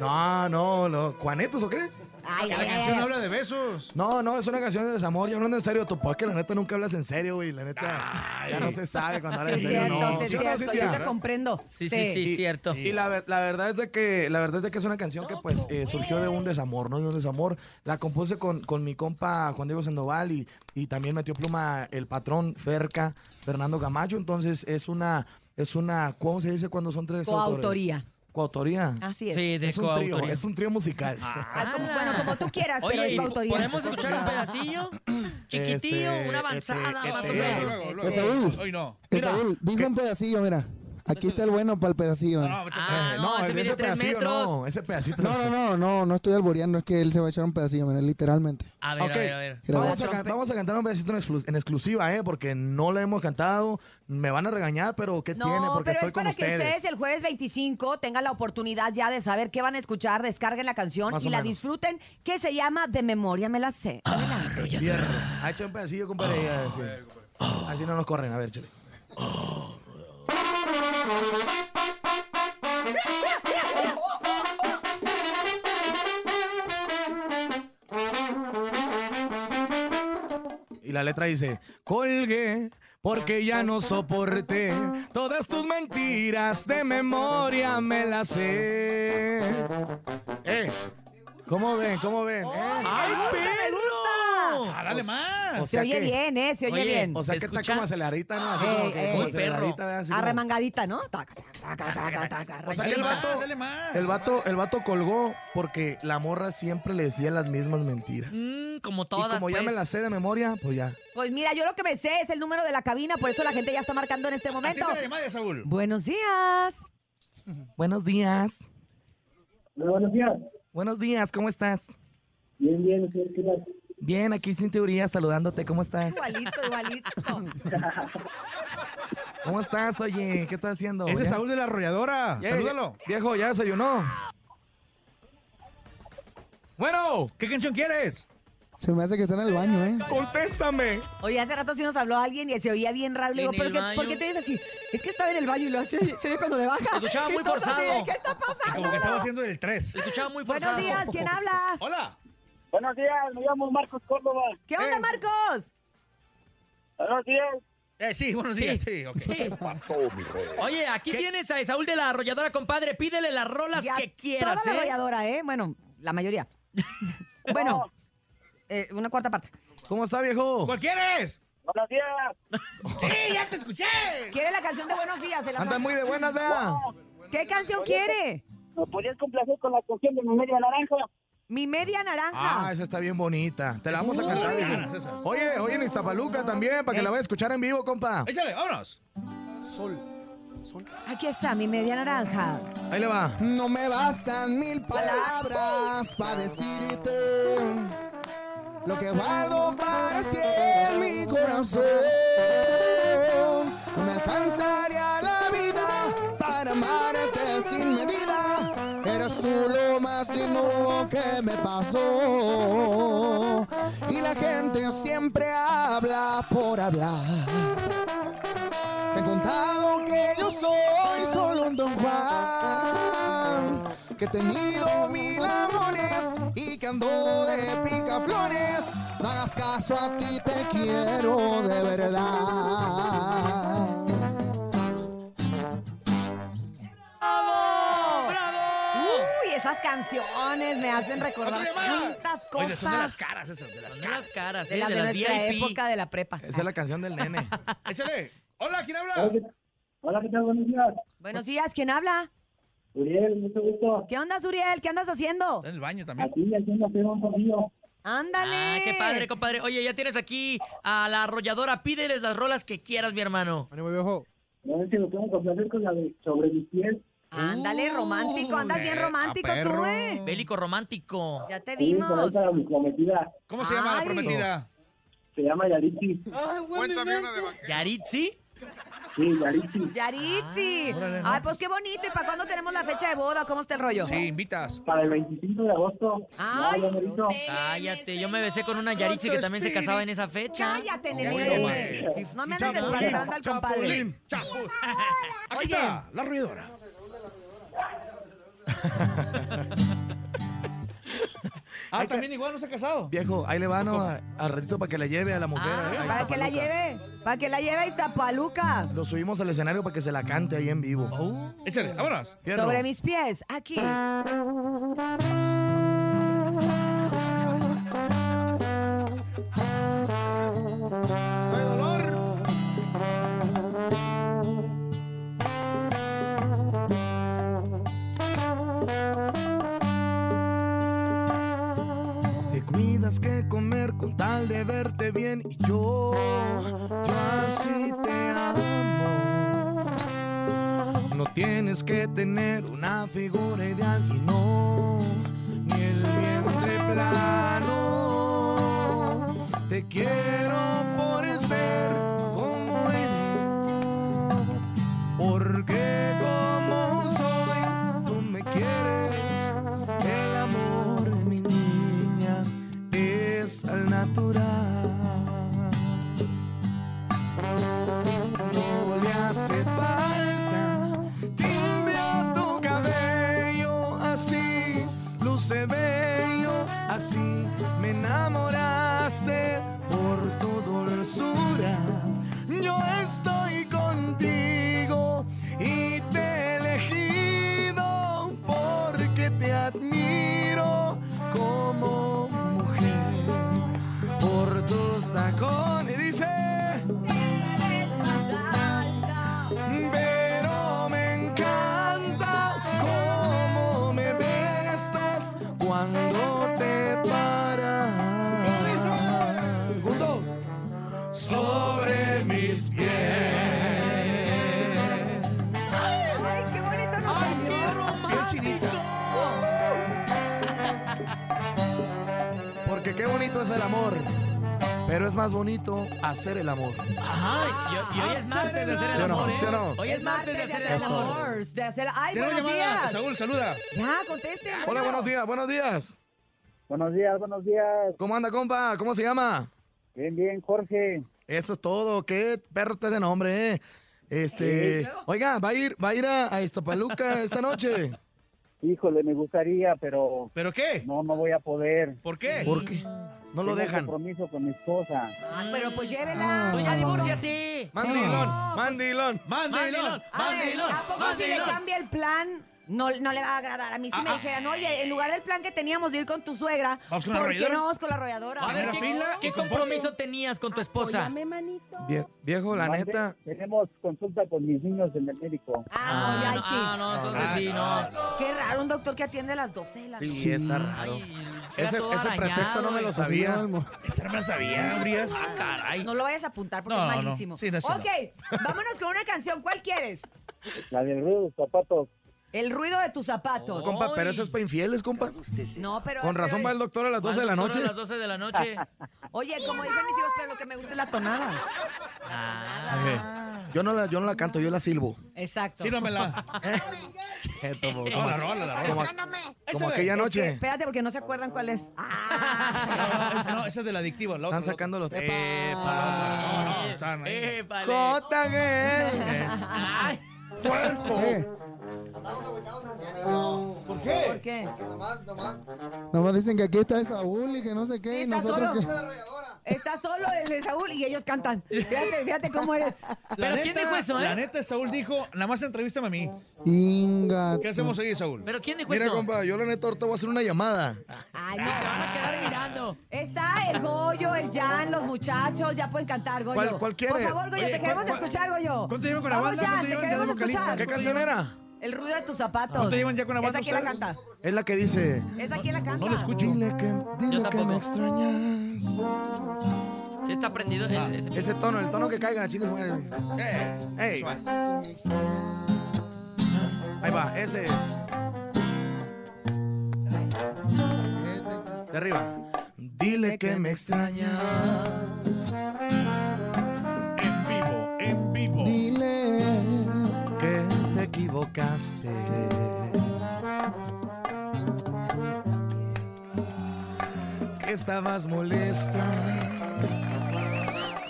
Speaker 8: No, Ah, no, no. ¿Juanetos o qué?
Speaker 3: Ay,
Speaker 11: La
Speaker 3: ay, ay,
Speaker 11: canción
Speaker 3: ay.
Speaker 11: habla de besos.
Speaker 8: No, no, es una canción de desamor. Yo hablando en serio, Tupac, que la neta nunca hablas en serio, güey. La neta ya no se sabe cuando hablas
Speaker 3: Sí,
Speaker 8: en
Speaker 3: es
Speaker 8: serio.
Speaker 3: cierto,
Speaker 8: no.
Speaker 3: sí, es
Speaker 8: ¿Sí o no,
Speaker 3: cierto,
Speaker 8: Cintia?
Speaker 3: yo te comprendo.
Speaker 4: Sí, sí, sí, cierto.
Speaker 8: Y la, ver- la verdad es de que la verdad es de que es una canción que pues eh, surgió de un desamor, ¿no? De un desamor. La compuse con, con mi compa Juan Diego Sandoval y, y también metió pluma el patrón Ferca, Fernando Camacho. Entonces es una, es una, ¿cómo se dice cuando son tres autores?
Speaker 3: Coautoría.
Speaker 8: Coautoría.
Speaker 3: Así es.
Speaker 4: Sí, de
Speaker 8: es un trío,
Speaker 4: coautoría.
Speaker 8: es un trío musical. (laughs)
Speaker 3: Ah, como- bueno, como tú quieras, pero
Speaker 4: Oye,
Speaker 3: es
Speaker 4: ¿y
Speaker 3: coautoría.
Speaker 4: ¿podemos escuchar un pedacillo? Chiquitillo,
Speaker 8: Este,
Speaker 4: una avanzada,
Speaker 8: este,
Speaker 4: más o
Speaker 8: este,
Speaker 11: Luego,
Speaker 4: menos.
Speaker 11: luego, luego.
Speaker 5: Esaú.
Speaker 11: Hoy no.
Speaker 5: Esaúl, dijo un pedacillo, mira. Aquí está el bueno para el pedacillo.
Speaker 11: No,
Speaker 5: No,
Speaker 11: vete a-
Speaker 8: Eh,
Speaker 4: Ah, no, ese mide tres
Speaker 8: pedacito
Speaker 4: metros.
Speaker 8: no, ese pedacito.
Speaker 5: no, no, no, no estoy alboreando, es que él se va a echar un pedacillo, mira, literalmente.
Speaker 4: A ver,
Speaker 8: Ok,
Speaker 4: a ver, a ver.
Speaker 5: Mira,
Speaker 8: Vamos a, can- vamos a cantar un pedacito en, exclu- en exclusiva, ¿eh? Porque no la hemos cantado. Me van a regañar, pero ¿qué tiene?
Speaker 3: No, pero
Speaker 8: Porque estoy
Speaker 3: es para
Speaker 8: con ustedes.
Speaker 3: que ustedes el jueves 25 tengan la oportunidad ya de saber qué van a escuchar, descarguen la canción
Speaker 8: Más
Speaker 3: y
Speaker 8: o
Speaker 3: la
Speaker 8: menos.
Speaker 3: disfruten, que se llama De memoria me la sé. Adelante.
Speaker 8: Hierro. Ah, echa un pedacillo, compadre. y así. Así no nos corren. A ver, chile. Y la letra dice, colgué porque ya no soporté todas tus mentiras, de memoria me las sé. Eh, ¿Cómo ven? ¿Cómo ven? Eh.
Speaker 4: ¡Ay, perro!
Speaker 11: Ah, dale más.
Speaker 8: O
Speaker 3: Se
Speaker 8: sea
Speaker 3: oye
Speaker 8: que-
Speaker 3: bien, ¿eh? Se oye,
Speaker 4: Oye,
Speaker 3: bien.
Speaker 8: O sea que está
Speaker 4: Escucha.
Speaker 8: como aceleradita, ¿no? Así
Speaker 3: Ey,
Speaker 8: como que
Speaker 3: ey.
Speaker 8: como
Speaker 3: Muy
Speaker 4: perro.
Speaker 8: aceleradita, ¿verdad? Así como-
Speaker 3: Arremangadita, ¿no? Taca, taca, taca, taca, taca,
Speaker 8: O sea que el
Speaker 4: Dale
Speaker 8: vato,
Speaker 11: Dale más.
Speaker 8: el vato, el vato colgó porque la morra siempre le decía las mismas mentiras.
Speaker 4: Mm, como
Speaker 8: y
Speaker 4: todas,
Speaker 8: como ya
Speaker 4: pues.
Speaker 8: me las sé de memoria, pues ya.
Speaker 3: Pues mira, yo lo que me sé es el número de la cabina, por eso la gente ya está marcando en este momento.
Speaker 11: Atiende la llamada de Saúl.
Speaker 3: Buenos días.
Speaker 8: Buenos días.
Speaker 6: buenos días.
Speaker 8: Buenos días, ¿cómo estás?
Speaker 6: Bien, bien, ¿qué tal?
Speaker 8: Bien, aquí sin teoría saludándote, ¿cómo estás?
Speaker 3: Igualito, igualito.
Speaker 8: (laughs) ¿Cómo estás? Oye, ¿qué estás haciendo?
Speaker 11: Ese es
Speaker 8: ¿Ya?
Speaker 11: Saúl de la arrolladora.
Speaker 8: Ya,
Speaker 11: Salúdalo.
Speaker 8: ya- Viejo, ¿ya desayunó?
Speaker 11: Bueno, ¿qué canción quieres?
Speaker 5: Se me hace que está en el baño, ¿eh?
Speaker 11: Contéstame.
Speaker 3: Oye, hace rato sí nos habló alguien y se oía bien raro. Le digo,
Speaker 4: En
Speaker 3: ¿pero
Speaker 4: el
Speaker 3: qué,
Speaker 4: baño.
Speaker 3: ¿por qué te ves así? Es que estaba en el baño y lo hace, se ve cuando le baja.
Speaker 4: Se escuchaba
Speaker 3: Y
Speaker 4: muy
Speaker 3: todos así de,
Speaker 4: forzado.
Speaker 3: ¿Qué está pasando?
Speaker 11: Como que estaba haciendo del 3.
Speaker 4: Se escuchaba muy
Speaker 3: Buenos
Speaker 4: forzado.
Speaker 3: días, ¿quién habla?
Speaker 11: Hola.
Speaker 6: Buenos días, me llamo Marcos Córdoba.
Speaker 3: ¿Qué onda, Marcos?
Speaker 6: Buenos días.
Speaker 11: Eh, sí, buenos días. Sí, ok.
Speaker 4: Oye, aquí tienes a Saúl de la arrolladora, compadre. Pídele las rolas
Speaker 3: Ya
Speaker 4: que quieras,
Speaker 3: Toda la
Speaker 4: ¿eh?
Speaker 3: arrolladora, ¿eh? Bueno, la mayoría.
Speaker 4: (laughs)
Speaker 3: bueno, eh, una cuarta parte.
Speaker 8: ¿Cómo está, viejo?
Speaker 11: ¿Cuál quieres?
Speaker 6: Buenos días.
Speaker 3: ¿Quiere la canción de Buenos Días? Se la
Speaker 8: Andas
Speaker 3: pongo.
Speaker 8: muy de buenas, ¿verdad?
Speaker 3: ¿Qué canción quiere?
Speaker 6: ¿Me podrías complacer con la canción de mi media naranja?
Speaker 3: Mi media naranja.
Speaker 8: Ah, esa está bien bonita. Te la vamos a cantar.
Speaker 11: sí.
Speaker 8: viejo.
Speaker 11: Esas.
Speaker 8: Oye, oye en Iztapaluca también, para que la vayas a escuchar en vivo, compa.
Speaker 11: Échale, vámonos.
Speaker 5: Sol,
Speaker 9: corazón.
Speaker 3: Aquí está mi media naranja.
Speaker 5: Ahí le va.
Speaker 9: No me bastan mil palabras para decirte lo que guardo para ti en mi corazón. No me alcanzaría la vida para amarte sin medida. Eres tú lo más lindo que me pasó. Y la gente siempre habla por hablar. Te he contado que yo soy solo un don Juan, que he tenido mil amores y que ando de picaflores. No hagas caso a ti, te quiero de verdad.
Speaker 3: Uy, esas canciones me hacen recordar tantas
Speaker 8: Oye, son de
Speaker 3: cosas
Speaker 8: las caras esas, de las
Speaker 4: Son de las
Speaker 8: caras.
Speaker 4: caras,
Speaker 3: de,
Speaker 4: ¿eh?
Speaker 3: la,
Speaker 4: De
Speaker 3: de
Speaker 4: las
Speaker 3: nuestra
Speaker 4: VIP.
Speaker 3: época de la prepa.
Speaker 5: Esa es la canción del nene.
Speaker 8: Échale. Hola, ¿quién habla?
Speaker 6: Hola, ¿qué tal? Buenos días.
Speaker 3: Buenos días, ¿quién habla?
Speaker 6: Uriel, mucho gusto.
Speaker 3: ¿Qué onda, Uriel? ¿Qué andas haciendo?
Speaker 8: Está en el baño también.
Speaker 6: Aquí haciendo haciendo un tornillo.
Speaker 3: Ándale.
Speaker 4: Ah, qué padre, compadre. Oye, ya tienes aquí a la arrolladora. Pídeles las rolas que quieras, mi hermano.
Speaker 9: Ánimo, viejo.
Speaker 6: No sé si lo tengo que complacer con la de sobre mi piel.
Speaker 3: Ándale, romántico. Andas bien
Speaker 8: Eh,
Speaker 3: romántico
Speaker 8: a
Speaker 3: tú,
Speaker 8: perro.
Speaker 3: eh.
Speaker 4: Bélico romántico.
Speaker 3: Ya te
Speaker 6: Ahí por ahí
Speaker 3: vimos.
Speaker 6: para mi prometida.
Speaker 8: ¿Cómo se llama
Speaker 3: Ay.
Speaker 8: la prometida?
Speaker 6: Se llama Yaritzi.
Speaker 4: ¿Yaritzi?
Speaker 6: Sí, Yaritzi.
Speaker 3: Yaritzi.
Speaker 8: Ah,
Speaker 3: Ay, pues qué bonito. ¿Y para cuándo tenemos la fecha de boda? ¿Cómo está el rollo?
Speaker 8: Sí, invitas.
Speaker 6: Para el 25 de agosto.
Speaker 3: Ay.
Speaker 6: Ya, ya me hizo.
Speaker 4: Cállate, yo me besé con una Yaritzi que también se casaba en esa fecha.
Speaker 3: Cállate,
Speaker 8: Oye,
Speaker 3: nene. No me andes desbaratando al compadre.
Speaker 8: Chapulín, chapulín. Aquí está, la ruidora. ah, también igual no se ha casado.
Speaker 5: Viejo, ahí le van al ratito para que la lleve a la mujer.
Speaker 4: Ah,
Speaker 5: ahí a
Speaker 3: Para que la
Speaker 5: Iztapaluca.
Speaker 3: lleve. Para que la lleve a Iztapaluca.
Speaker 5: Lo subimos al escenario para que se la cante ahí en vivo.
Speaker 8: Échale, vámonos.
Speaker 5: Fierro.
Speaker 3: Sobre mis pies, aquí.
Speaker 5: Te cuidas que comer con tal de verte bien y yo, yo así te amo. No tienes que tener una figura ideal y no, ni el vientre plano. Te quiero por ser como eres, porque como soy, tú me quieres. El amor, mi niña, es al natural. No le hace falta timbre a tu cabello, así luce bello, así me enamoraste por tu dulzura. Yo estoy contigo y te he elegido porque te admiro como mujer por tus tacones. Dice. Pero me encanta cómo me besas cuando te paras. Juntos. Sobre mis pies.
Speaker 3: Ay, qué bonito nos salió.
Speaker 5: Porque qué bonito es el amor. Pero es más bonito hacer el amor.
Speaker 4: Ajá, y, y hoy es martes de hacer
Speaker 5: ¿Sí
Speaker 4: el
Speaker 5: o no?
Speaker 4: amor, ¿eh?
Speaker 5: ¿Sí o no?
Speaker 4: Hoy es martes de hacer el
Speaker 3: Eso.
Speaker 4: amor.
Speaker 3: De hacer... Ay,
Speaker 8: Tenemos
Speaker 3: buenos
Speaker 8: llamada.
Speaker 3: días.
Speaker 8: Saúl, saluda.
Speaker 3: Ya, contesten.
Speaker 5: Hola, buenos días, buenos días.
Speaker 6: Buenos días, buenos días.
Speaker 5: ¿Cómo anda, compa? ¿Cómo se llama?
Speaker 6: Bien, bien, Jorge.
Speaker 5: Eso es todo. Qué perro te de nombre, eh. Este, oiga, va a ir, va a ir a, a Iztapaluca esta noche.
Speaker 6: Híjole, me gustaría, pero
Speaker 8: ¿Pero qué?
Speaker 6: no, no voy a poder.
Speaker 8: ¿Por qué?
Speaker 5: ¿Por qué? No lo
Speaker 6: Tengo
Speaker 5: dejan.
Speaker 6: compromiso con mi esposa.
Speaker 3: Ah, pero pues llévela.
Speaker 4: Tú ya divórciate.
Speaker 5: Mandilón,
Speaker 6: pues,
Speaker 5: mandilón.
Speaker 8: Mandilón,
Speaker 3: A ver,
Speaker 8: mandilón,
Speaker 3: ¿a poco si le
Speaker 8: mandilón.
Speaker 3: cambia el plan? No, no le va a agradar. A mí si me dijeran, oye, en lugar del plan que teníamos de ir con tu suegra,
Speaker 8: ¿Vamos con la
Speaker 3: ¿por qué
Speaker 8: arrolladora?
Speaker 3: no vamos con la arrolladora?
Speaker 4: A ver,
Speaker 8: Primera
Speaker 4: ¿qué,
Speaker 8: fila
Speaker 4: qué
Speaker 8: y con
Speaker 4: compromiso tenías con tu esposa?
Speaker 3: Apóyame, manito.
Speaker 5: Vie- viejo, la
Speaker 6: Mande,
Speaker 5: neta.
Speaker 6: Tenemos consulta con mis niños en el médico.
Speaker 3: Ah, no, ya
Speaker 4: no,
Speaker 3: sí.
Speaker 4: ah, no, entonces sí, no.
Speaker 3: Qué raro, un doctor que atiende a las 12 de la noche.
Speaker 5: Sí, está raro.
Speaker 4: Era
Speaker 5: Ese,
Speaker 4: todo
Speaker 5: ese
Speaker 4: arañado,
Speaker 5: pretexto no me lo
Speaker 4: y-
Speaker 5: sabía.
Speaker 8: Esa no me la sabía, Urias.
Speaker 4: Ah, caray.
Speaker 3: No lo vayas a apuntar porque
Speaker 8: No,
Speaker 3: es
Speaker 8: no.
Speaker 3: malísimo.
Speaker 8: Sí, no, sí, no.
Speaker 3: ok, vámonos con una canción. ¿Cuál quieres?
Speaker 8: La del ruido de los zapatos.
Speaker 3: El ruido de tus zapatos.
Speaker 5: Compa, pero eso es para infieles, compa.
Speaker 3: No, pero.
Speaker 5: Con razón va el doctor a las 12 de la
Speaker 4: Doctor,
Speaker 5: noche.
Speaker 4: A las 12 de la noche.
Speaker 3: Oye, como dicen mis hijos, pero lo que me gusta es la tonada.
Speaker 5: Yo no la, yo no la canto, yo la silbo.
Speaker 3: Exacto.
Speaker 6: Sírvamela.
Speaker 4: (laughs)
Speaker 5: Como,
Speaker 6: No, la rola, la rola.
Speaker 5: como- como aquella
Speaker 3: Es que,
Speaker 5: noche.
Speaker 3: espérate, porque no se acuerdan cuál es. Ah,
Speaker 6: No, es- no, esa es del adictivo. la otra,
Speaker 5: Están
Speaker 6: la
Speaker 5: sacando
Speaker 6: otra.
Speaker 5: los...
Speaker 6: No, no,
Speaker 5: ¡Epa!
Speaker 6: están ahí.
Speaker 4: Épale.
Speaker 5: ¡Cotagel!
Speaker 4: Ay,
Speaker 11: Eh,
Speaker 6: ¿Por qué?
Speaker 3: (laughs) ¿Por qué?
Speaker 11: nomás dicen que aquí está el Saúl y que no sé qué. Y
Speaker 3: Está
Speaker 11: nosotros
Speaker 3: solo.
Speaker 11: que...
Speaker 3: Está solo el de Saúl y ellos cantan. Fíjate, fíjate cómo eres.
Speaker 6: La
Speaker 4: ¿Pero quién
Speaker 6: neta-
Speaker 4: dijo eso, eh?
Speaker 6: La neta, Saúl dijo, nada más entrevístame a mí.
Speaker 11: Inga.
Speaker 6: ¿Qué hacemos ahí, Saúl?
Speaker 4: ¿Pero quién dijo
Speaker 5: Mira,
Speaker 4: eso?
Speaker 5: compa, yo la neta ahorita voy a hacer una llamada.
Speaker 4: Ah,
Speaker 3: Ay,
Speaker 4: Se
Speaker 3: no.
Speaker 4: van a quedar mirando.
Speaker 3: Está el Goyo, el Jan, los muchachos, ya pueden cantar, Goyo.
Speaker 5: ¿Cuál- cuál quiere?
Speaker 3: Por favor, Goyo,
Speaker 6: Oye,
Speaker 3: te
Speaker 6: ¿cuál-
Speaker 3: queremos
Speaker 6: cuál-
Speaker 3: escuchar, Goyo.
Speaker 6: ¿Cuánto llevan con la
Speaker 3: Vamos,
Speaker 6: banda?
Speaker 3: Jan,
Speaker 6: ¿Cuánto
Speaker 3: te
Speaker 6: llevan de
Speaker 3: queremos
Speaker 6: vocalistas?
Speaker 3: escuchar.
Speaker 5: ¿Qué
Speaker 4: pues
Speaker 5: canción era?
Speaker 3: El ruido de tus zapatos.
Speaker 6: ¿Cuánto llevan ya con la banda
Speaker 3: Esa quién la
Speaker 6: ustedes?
Speaker 3: canta.
Speaker 5: Es la que dice...
Speaker 3: Esa quién la canta.
Speaker 6: No lo escucho.
Speaker 5: Dile que, dile que
Speaker 4: tampoco.
Speaker 5: me extrañas.
Speaker 4: Sí está prendido el- ese-
Speaker 5: Ese tono, el tono que caiga, chingos. madre.
Speaker 6: Eh,
Speaker 5: Ey. Ahí va, ese es. De arriba. Dile que me extrañas.
Speaker 6: en vivo, en vivo.
Speaker 11: Dile.
Speaker 5: que te equivocaste. Que estabas molesta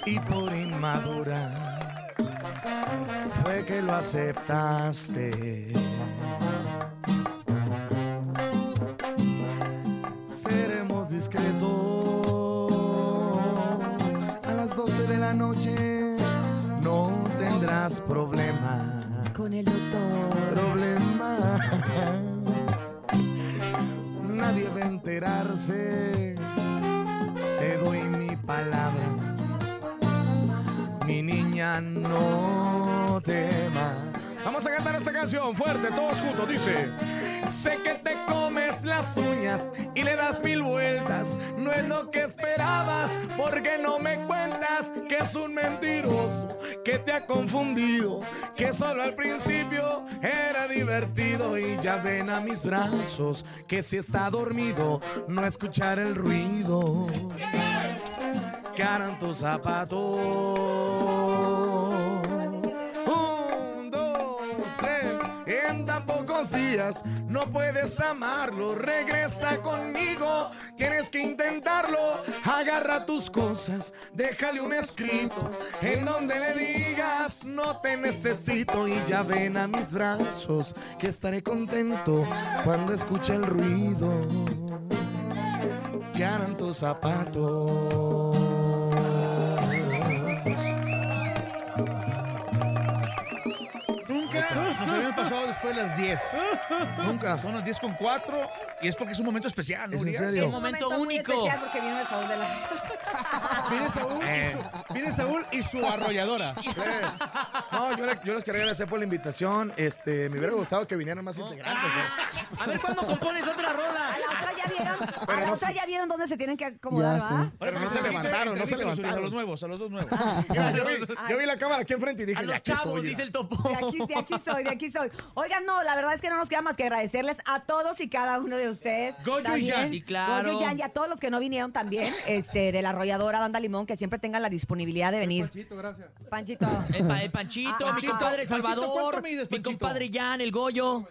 Speaker 5: y por inmadura fue que lo aceptaste. Seremos discretos a las 12 de la noche. No tendrás problema
Speaker 3: Con el doctor.
Speaker 5: problema. Nadie va a enterarse. Te doy mi palabra. Mi niña, no tema. Vamos a cantar esta canción fuerte, todos juntos, dice. Sé que te comes las uñas y le das mil vueltas. No es lo que esperabas, porque no me cuentas que es un mentiroso, que te ha confundido, que solo al principio era divertido. Y ya ven a mis brazos que si está dormido, no escuchar el ruido que harán tus zapatos. Un, dos, tres. En tan pocos días no puedes amarlo. Regresa conmigo, tienes que intentarlo. Agarra tus cosas, déjale un escrito en donde le digas no te necesito. Y ya ven a mis brazos que estaré contento cuando escuche el ruido que harán tus zapatos.
Speaker 6: Nunca nos habían pasado después de
Speaker 8: (laughs)
Speaker 6: las 10.
Speaker 5: Nunca.
Speaker 6: Son las 10 con 4 y es porque es un momento especial, ¿no?
Speaker 5: ¿Es en
Speaker 6: Urias?
Speaker 5: serio?
Speaker 4: Un momento
Speaker 3: muy
Speaker 4: único.
Speaker 3: especial porque vino el Saúl de la... (laughs)
Speaker 6: Viene Saúl, y su, viene Saúl y su arrolladora.
Speaker 5: Pues, No, yo, le- yo les quería agradecer por la invitación. Este, me hubiera gustado que vinieran más integrantes. ¿no?
Speaker 4: A ver cuándo compones otra rola.
Speaker 3: A la otra ya vieron, a
Speaker 5: Pero
Speaker 3: la
Speaker 5: no
Speaker 3: otra
Speaker 5: sé.
Speaker 3: ya vieron dónde se tienen que acomodar,
Speaker 11: Ya sé.
Speaker 3: ¿verdad?
Speaker 5: Pero no se levantaron, no se
Speaker 6: Entrevístalos, Urias, A los
Speaker 5: levantaron.
Speaker 6: nuevos, a los dos nuevos.
Speaker 5: Mira, yo, vi, yo vi la cámara aquí enfrente y dije,
Speaker 4: Ah, A
Speaker 5: "De
Speaker 4: los
Speaker 5: aquí
Speaker 4: chavos,
Speaker 5: soy,
Speaker 4: dice
Speaker 5: mira".
Speaker 4: el topo.
Speaker 3: De aquí, de aquí soy, de aquí soy. Oigan, no, la verdad es que no nos queda más que agradecerles a todos y cada uno de ustedes.
Speaker 6: Goyo y
Speaker 3: También,
Speaker 6: Jan.
Speaker 4: Sí, claro.
Speaker 3: Goyo y Jan y a todos los que no vinieron también, este, de la arrolladora Banda Limón, que siempre tengan la disponibilidad de venir. Panchito, gracias. Panchito. (laughs)
Speaker 4: El, pa- el Panchito,
Speaker 3: Ah,
Speaker 4: mi
Speaker 3: ah,
Speaker 4: compadre
Speaker 6: Panchito, ¿cuánto
Speaker 4: Salvador,
Speaker 6: mides,
Speaker 4: mi
Speaker 6: Panchito?
Speaker 4: compadre Jan, el Goyo.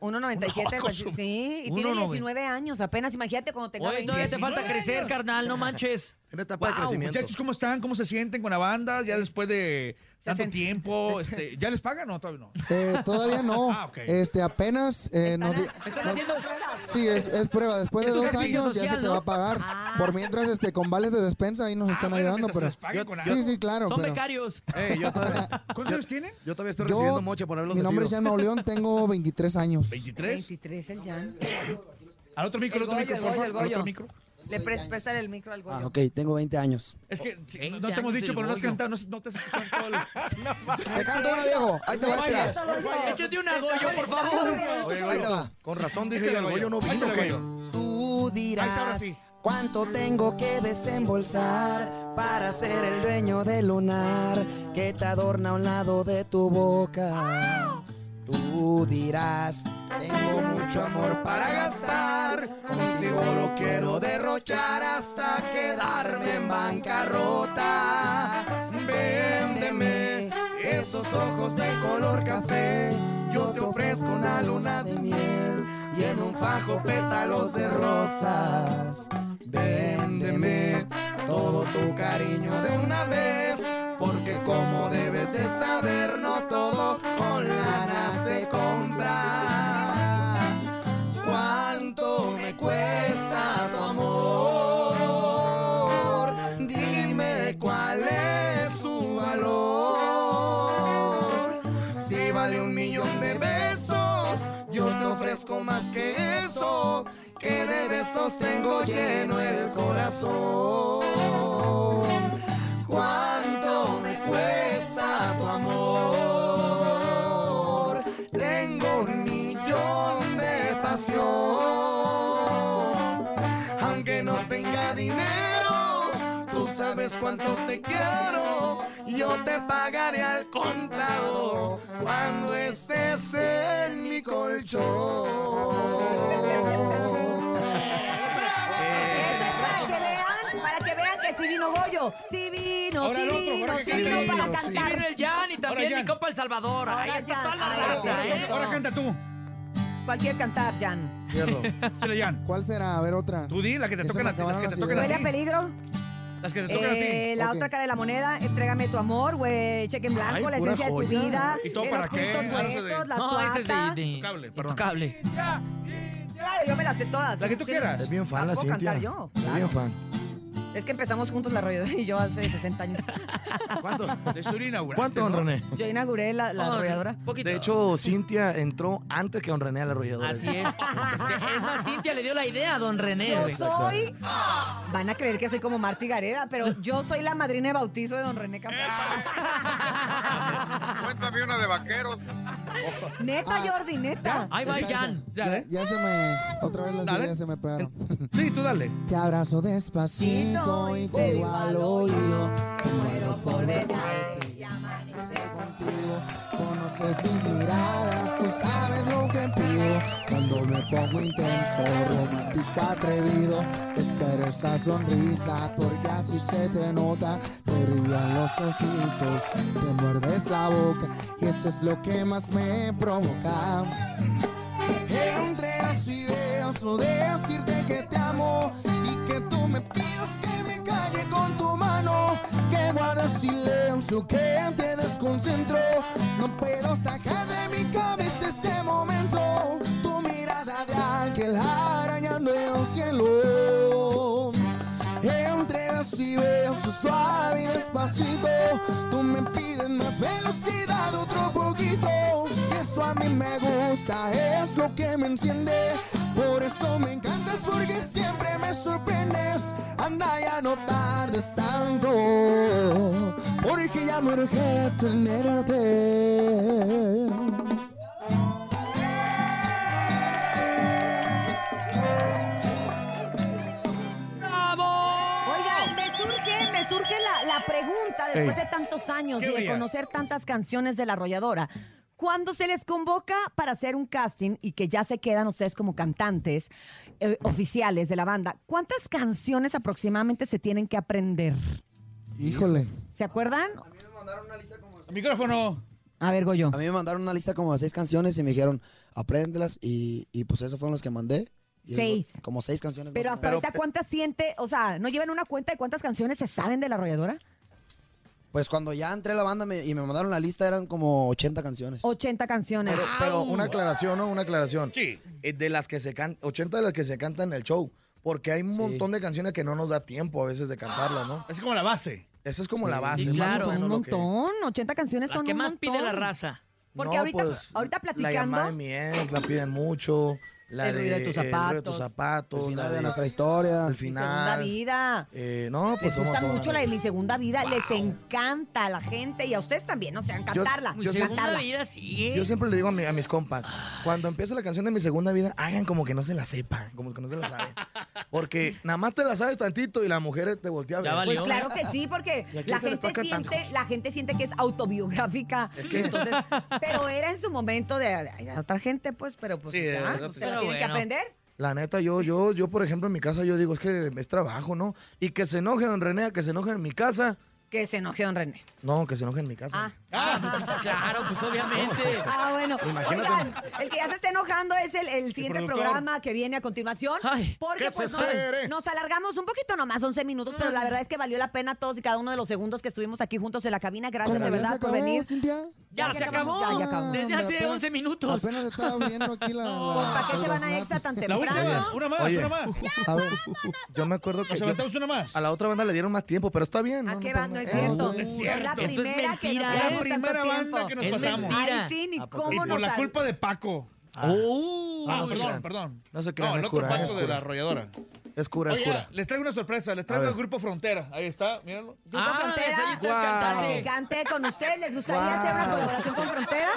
Speaker 3: 1.97, Panchito, pues, sí, y tiene
Speaker 4: 1.90.
Speaker 3: 19 años apenas, imagínate cuando tenga
Speaker 4: Oye,
Speaker 3: 20.
Speaker 4: todavía te falta
Speaker 6: 19
Speaker 4: crecer,
Speaker 6: años.
Speaker 4: carnal, no manches.
Speaker 5: En etapa de
Speaker 4: Wow,
Speaker 5: crecimiento.
Speaker 6: Muchachos, ¿cómo están? ¿Cómo se sienten con la banda? Ya después de tanto
Speaker 3: Sesenta.
Speaker 6: tiempo, este, ¿ya les pagan o todavía no?
Speaker 11: Eh, todavía no.
Speaker 6: Ah, ok.
Speaker 11: Este, apenas eh, nos di-
Speaker 4: Estás haciendo pruebas.
Speaker 11: Sí, es, es prueba. Después de
Speaker 4: Es un
Speaker 11: dos
Speaker 4: servicio
Speaker 11: años ya
Speaker 4: social,
Speaker 11: se te
Speaker 4: ¿no? Ah.
Speaker 11: va a pagar. Por mientras, este, con vales de despensa ahí nos están
Speaker 6: Ah, bueno,
Speaker 11: ayudando,
Speaker 6: mientras
Speaker 11: pero.
Speaker 6: se les pague con algo.
Speaker 11: Sí, sí, claro.
Speaker 4: Son
Speaker 11: pero
Speaker 4: becarios.
Speaker 5: Ey, yo, todavía,
Speaker 6: ¿Cuántos años tienen?
Speaker 5: yo todavía estoy
Speaker 11: Yo-
Speaker 5: recibiendo moche por haberlos
Speaker 11: mi nombre es
Speaker 5: metido.
Speaker 11: Jan Mauleón, tengo 23 años.
Speaker 6: 23.
Speaker 3: 23 el Jan.
Speaker 6: Al otro micro, al
Speaker 3: El Goyo,
Speaker 6: otro micro,
Speaker 3: el
Speaker 6: por
Speaker 3: Goyo,
Speaker 6: favor.
Speaker 3: el
Speaker 6: Al otro
Speaker 3: Goyo.
Speaker 6: micro.
Speaker 3: Le pres- préstale el micro al Goyo.
Speaker 11: Ah, ok, tengo 20 años.
Speaker 6: Es que sí, no- no
Speaker 4: 20
Speaker 6: te hemos
Speaker 4: años
Speaker 6: dicho,
Speaker 4: el
Speaker 6: pero no has
Speaker 4: Goyo.
Speaker 6: cantado, no, no te has escuchado todo el...
Speaker 11: Te canto uno, Diego. Ahí te va a
Speaker 6: vayas.
Speaker 11: tirar.
Speaker 4: Échate una Goyo, por favor.
Speaker 11: Ahí te va.
Speaker 5: Con razón dije,
Speaker 6: Échale,
Speaker 5: el
Speaker 6: Goyo.
Speaker 5: Goyo no vino.
Speaker 6: Échale,
Speaker 5: ¿qué?
Speaker 6: Goyo.
Speaker 11: Tú
Speaker 6: Ahí está, ahora
Speaker 11: dirás
Speaker 6: sí.
Speaker 9: ¿Cuánto tengo que desembolsar para ser el dueño del lunar que te adorna a un lado de tu boca? Tú dirás, tengo mucho amor para gastar, contigo lo quiero derrochar hasta quedarme en bancarrota. Véndeme esos ojos de color café, yo te ofrezco una luna de miel y en un fajo pétalos de rosas. Véndeme todo tu cariño de una vez, porque como debes de saber, no todo con lana se compra. ¿Cuánto me cuesta tu amor? Dime cuál es su valor. Si vale un millón de besos, yo te ofrezco más que eso, que de besos tengo lleno el corazón. ¿Cuánto me cuesta tu amor? Tengo un millón de pasión. Aunque no tenga dinero, tú sabes cuánto te quiero. Yo te pagaré al contado cuando estés en mi
Speaker 3: Para
Speaker 9: colchón.
Speaker 3: que vean, para que vean que sí vino Goyo, sí vino,
Speaker 5: Ahora
Speaker 3: sí
Speaker 5: el otro,
Speaker 3: vino,
Speaker 5: Jorge
Speaker 3: sí
Speaker 5: Cabrera.
Speaker 3: vino para
Speaker 4: Sí, vino
Speaker 3: cantar.
Speaker 4: el Jan y también
Speaker 5: Jan.
Speaker 4: mi compa El Salvador. Ahí
Speaker 3: Ahora
Speaker 4: está
Speaker 3: Jan.
Speaker 4: toda la
Speaker 3: Ahí
Speaker 4: raza,
Speaker 3: está.
Speaker 4: ¿eh?
Speaker 5: Ahora canta tú.
Speaker 3: Cualquier cantar, Jan.
Speaker 5: Chile, Jan.
Speaker 9: ¿Cuál será? A ver otra.
Speaker 5: Tú di la que te
Speaker 9: Esa
Speaker 5: toquen
Speaker 9: me
Speaker 5: a ti, las que te
Speaker 9: acabaron las
Speaker 5: toquen a
Speaker 3: ¿Huele a
Speaker 5: ti.
Speaker 3: peligro?
Speaker 5: Las que te toquen a
Speaker 3: Eh, la
Speaker 9: Ok.
Speaker 3: otra cara de la moneda, entrégame tu amor, güey, cheque en blanco,
Speaker 8: Ay,
Speaker 3: la
Speaker 8: pura
Speaker 3: esencia de tu
Speaker 8: joya.
Speaker 3: vida.
Speaker 5: ¿Y todo
Speaker 3: eh,
Speaker 5: para
Speaker 3: los
Speaker 5: qué?
Speaker 3: puntos
Speaker 5: Ah, no sé de-
Speaker 3: gruesos, la
Speaker 4: No, ese es de,
Speaker 3: suata.
Speaker 4: de
Speaker 5: Intocable, perdón.
Speaker 4: Intocable.
Speaker 3: Claro, yo me las sé todas.
Speaker 5: La que tú
Speaker 3: Sí,
Speaker 5: quieras.
Speaker 8: Es bien fan
Speaker 3: Ah,
Speaker 8: la
Speaker 3: ¿puedo
Speaker 8: Cintia.
Speaker 3: cantar yo?
Speaker 8: Es bien fan.
Speaker 3: Es que empezamos juntos la rodeadora y yo hace 60
Speaker 8: (laughs)
Speaker 3: años.
Speaker 5: ¿Cuánto? De tú inauguraste,
Speaker 8: ¿Cuánto, don
Speaker 6: Este,
Speaker 5: ¿no?
Speaker 8: René?
Speaker 3: Yo inauguré la, la
Speaker 4: Oh,
Speaker 3: arrolladora.
Speaker 4: un poquito.
Speaker 8: De hecho, Cintia entró antes que don René a la arrolladora.
Speaker 4: Así es. Es que, es más, Cintia le dio la idea a don René.
Speaker 3: Yo
Speaker 4: güey.
Speaker 3: soy. Van a creer que soy como Marti Gareda,
Speaker 4: (laughs)
Speaker 3: pero yo soy la madrina de bautizo de don René (laughs) Campacho.
Speaker 12: Cuéntame una de vaqueros.
Speaker 3: neta,
Speaker 8: Ah.
Speaker 3: Jordi, neta.
Speaker 4: Ahí va Jan.
Speaker 9: Ya, ya se me. Otra vez las
Speaker 5: eh? Dale.
Speaker 9: ideas se me pegaron.
Speaker 5: (laughs) Sí, tú dale.
Speaker 9: Te abrazo despacito y te digo al oído que muero por besarte y amanecer contigo. Conoces mis miradas, tú sabes lo que pido. Cuando me pongo intenso, romántico, atrevido, espero esa sonrisa porque así se te nota. Te rían los ojitos, te muerdes la boca y eso es lo que más me provoca. Entre los ideas o decirte que te amo y que tú me pidas que me calle con tu mano, que guardas silencio, que te desconcentro. No puedo sacar de mi cabeza ese momento, tu mirada de ángel arañando el cielo. Entre besos y besos, suave y despacito Tú me pides más velocidad, otro poquito Y Eso a mí me gusta, es lo que me enciende Por eso me encantas, porque siempre me sorprendes Anda ya no tardes tanto Porque ya me urge tenerte
Speaker 3: Oigan, me surge, me surge la, la pregunta después
Speaker 8: Ey.
Speaker 3: de tantos años
Speaker 5: ¿Qué
Speaker 3: y de
Speaker 5: orías?
Speaker 3: conocer tantas canciones de la arrolladora. Cuando se les convoca para hacer un casting y que ya se quedan ustedes como cantantes eh, oficiales de la banda, ¿cuántas canciones aproximadamente se tienen que aprender?
Speaker 9: Híjole
Speaker 3: ¿Se acuerdan?
Speaker 5: Micrófono.
Speaker 3: A ver, Goyo.
Speaker 12: A mí me mandaron una lista como de seis canciones y me dijeron, apréndelas y, y pues eso fueron los que mandé. Y
Speaker 3: Seis.
Speaker 12: eso- Como seis canciones.
Speaker 3: Pero
Speaker 12: más o
Speaker 3: hasta
Speaker 12: menos.
Speaker 3: ahorita, ¿cuántas siente? O sea, ¿no llevan una cuenta de cuántas canciones se saben de la arrolladora?
Speaker 12: Pues cuando ya entré a la banda me- y me mandaron la lista eran como 80 canciones.
Speaker 3: 80 canciones.
Speaker 8: Pero, pero una aclaración, ¿no? Una aclaración.
Speaker 5: Sí.
Speaker 8: Eh, De las que se cantan, 80 de las que se cantan en el show. Porque hay un montón de canciones que no nos da tiempo a veces de cantarlas, ¿no?
Speaker 5: Así como la base.
Speaker 8: Esa es como la
Speaker 4: Sí,
Speaker 8: base.
Speaker 4: claro.
Speaker 8: más o
Speaker 3: Son
Speaker 8: menos
Speaker 3: un
Speaker 8: lo que-
Speaker 3: montón. 80 canciones
Speaker 4: Las
Speaker 3: son
Speaker 4: que
Speaker 3: un
Speaker 4: más pide la
Speaker 3: montón.
Speaker 4: raza.
Speaker 3: Porque
Speaker 8: No,
Speaker 3: ahorita,
Speaker 8: pues,
Speaker 3: ahorita
Speaker 8: La llamada
Speaker 3: platicando.
Speaker 8: de mi ex, la piden mucho. La
Speaker 3: El
Speaker 8: de,
Speaker 3: ruido de tus
Speaker 8: eh, el ruido de tus
Speaker 3: zapatos.
Speaker 8: zapatos,
Speaker 12: El final
Speaker 8: la
Speaker 12: de nuestra
Speaker 8: El
Speaker 12: historia.
Speaker 3: Segunda
Speaker 8: final.
Speaker 3: vida.
Speaker 8: Eh, no, pues
Speaker 3: Les
Speaker 8: somos
Speaker 3: gusta
Speaker 8: todas.
Speaker 3: mucho la de mi segunda vida. Les encanta a la gente y a ustedes también. O sea, encantarla.
Speaker 4: Mi segunda Pues, vida sí. ¿eh?
Speaker 8: Yo siempre le digo a, mi- a mis compas, cuando empieza la canción de mi segunda vida, hagan como que no se la sepan, como que no se la saben. Porque nada más te la sabes tantito y la mujer te voltea a ver.
Speaker 3: Pues claro que sí, porque
Speaker 8: ¿Y a quién
Speaker 3: la
Speaker 8: se le está
Speaker 3: gente,
Speaker 8: cantando?
Speaker 3: siente, la gente siente que es autobiográfica. Entonces, pero era en su momento de, de- de otra gente, pues, pero pues
Speaker 8: Sí, de
Speaker 3: ya,
Speaker 8: otra
Speaker 3: ustedes
Speaker 8: gente.
Speaker 3: tienen que
Speaker 8: Pero bueno.
Speaker 3: aprender.
Speaker 8: La neta, yo, yo, yo, por ejemplo, en mi casa, yo digo, es que es trabajo, ¿no? Y que se enoje don René, a que se enoje en mi casa.
Speaker 3: Que se enoje don René.
Speaker 8: No, que se enoje en mi casa.
Speaker 4: Claro, Ah, pues obviamente.
Speaker 3: Ah, bueno.
Speaker 8: Imagínate.
Speaker 3: Oigan, el que ya se está enojando es el, el siguiente
Speaker 8: productor.
Speaker 3: programa que viene a continuación. porque
Speaker 8: que se
Speaker 3: pues no-
Speaker 8: espere.
Speaker 3: nos, alargamos un poquito nomás, 11 minutos, pero la verdad es que valió la pena todos y cada uno de los segundos que estuvimos aquí juntos en la cabina. Gracias
Speaker 12: Como
Speaker 3: de
Speaker 12: ya se
Speaker 3: verdad por
Speaker 12: acabó,
Speaker 3: venir.
Speaker 12: Cintia.
Speaker 4: Ya, se acabó.
Speaker 3: Ya, ya acabó.
Speaker 4: Desde hace
Speaker 12: apenas-
Speaker 4: 11 minutos.
Speaker 12: Apenas estaba abriendo
Speaker 3: (laughs)
Speaker 12: aquí la. la-
Speaker 3: ¿Para qué se
Speaker 12: el
Speaker 3: van a
Speaker 12: snap.
Speaker 3: extra tan
Speaker 12: La
Speaker 3: temprano?
Speaker 5: Una más,
Speaker 8: Oye.
Speaker 5: una más.
Speaker 12: A ver,
Speaker 8: Yo me acuerdo que.
Speaker 5: Nos
Speaker 8: yo-
Speaker 5: aventamos una más.
Speaker 8: a la otra banda le dieron más tiempo, pero está bien.
Speaker 3: ¿A qué
Speaker 8: pasa
Speaker 3: banda? No es
Speaker 8: nada.
Speaker 3: cierto.
Speaker 12: no es
Speaker 3: Es la
Speaker 4: cierto. Eso es
Speaker 3: primera que nos quedamos tanto
Speaker 4: mentira, ¿eh?
Speaker 5: Primera
Speaker 3: tiempo.
Speaker 5: banda que nos
Speaker 4: Es
Speaker 5: pasamos.
Speaker 4: mentira.
Speaker 3: Ay, sí, ni
Speaker 12: ¿A poco
Speaker 5: Y
Speaker 3: cómo
Speaker 5: por
Speaker 3: nos
Speaker 5: la
Speaker 3: al-
Speaker 5: culpa de Paco.
Speaker 4: Oh.
Speaker 5: Ah,
Speaker 8: no se
Speaker 5: perdón,
Speaker 8: crean.
Speaker 5: perdón.
Speaker 8: No se crean,
Speaker 5: el
Speaker 8: es
Speaker 5: otro
Speaker 8: cura, es
Speaker 5: Paco de
Speaker 8: cura. ¿eh?
Speaker 5: la arrolladora.
Speaker 8: (laughs) Es cura, es
Speaker 5: Oye,
Speaker 8: cura.
Speaker 5: les traigo una sorpresa. Les traigo
Speaker 8: A
Speaker 5: el
Speaker 8: ver.
Speaker 5: grupo Frontera. Ahí está, mírenlo.
Speaker 3: Grupo
Speaker 4: Ah,
Speaker 3: Frontera.
Speaker 4: ahí está el
Speaker 3: Guau.
Speaker 4: cantante.
Speaker 3: Cante con ustedes. ¿Les gustaría hacer una colaboración con Frontera?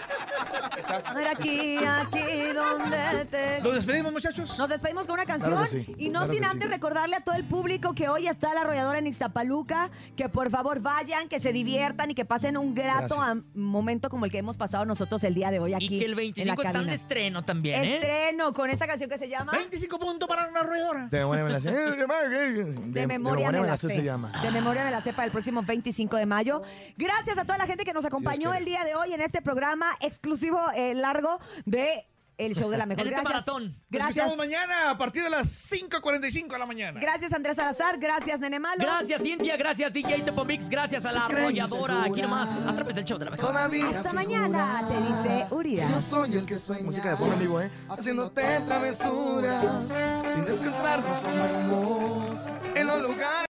Speaker 3: A ver, aquí, aquí, donde te...
Speaker 5: ¿Nos despedimos, muchachos?
Speaker 3: Nos despedimos con una canción
Speaker 8: Claro que sí,
Speaker 3: y no
Speaker 8: claro
Speaker 3: sin
Speaker 8: que
Speaker 3: antes
Speaker 8: sí.
Speaker 3: recordarle a todo el público que hoy está la arrolladora en Ixtapaluca, que por favor vayan, que se diviertan y que pasen un grato
Speaker 12: Gracias.
Speaker 3: am- momento como el que hemos pasado nosotros el día de hoy aquí.
Speaker 4: Y que el
Speaker 3: en
Speaker 4: 25
Speaker 3: la
Speaker 4: está en
Speaker 3: cabina.
Speaker 4: estreno también, ¿eh?
Speaker 3: Estreno con esta canción que se llama
Speaker 5: 25 puntos para la arrolladora.
Speaker 8: De memoria me la sé. De-
Speaker 3: De,
Speaker 8: de
Speaker 3: memoria me la sé.
Speaker 8: se llama.
Speaker 3: De memoria me la sé para el próximo 25 de mayo. Gracias a toda la gente que nos acompañó
Speaker 8: quiere.
Speaker 3: el día de hoy en este programa exclusivo eh, largo de El Show de la Mejor.
Speaker 4: (laughs) En este
Speaker 3: Gracias.
Speaker 4: maratón.
Speaker 5: Nos
Speaker 3: Gracias.
Speaker 5: escuchamos mañana a partir de las 5.45 de la mañana.
Speaker 3: Gracias Andrés Salazar, gracias Nene Malo.
Speaker 4: Gracias, Cintia. Gracias, DJ Topomix. Gracias a la
Speaker 9: creen
Speaker 4: arrolladora. Aquí nomás, a través del show de la mejor.
Speaker 9: Todavía
Speaker 3: Hasta mañana, te dice Urias.
Speaker 9: Yo soy el que sueña.
Speaker 8: Música de fondo en vivo, ¿eh?
Speaker 9: Haciéndote travesuras. Sin descansar nos comemos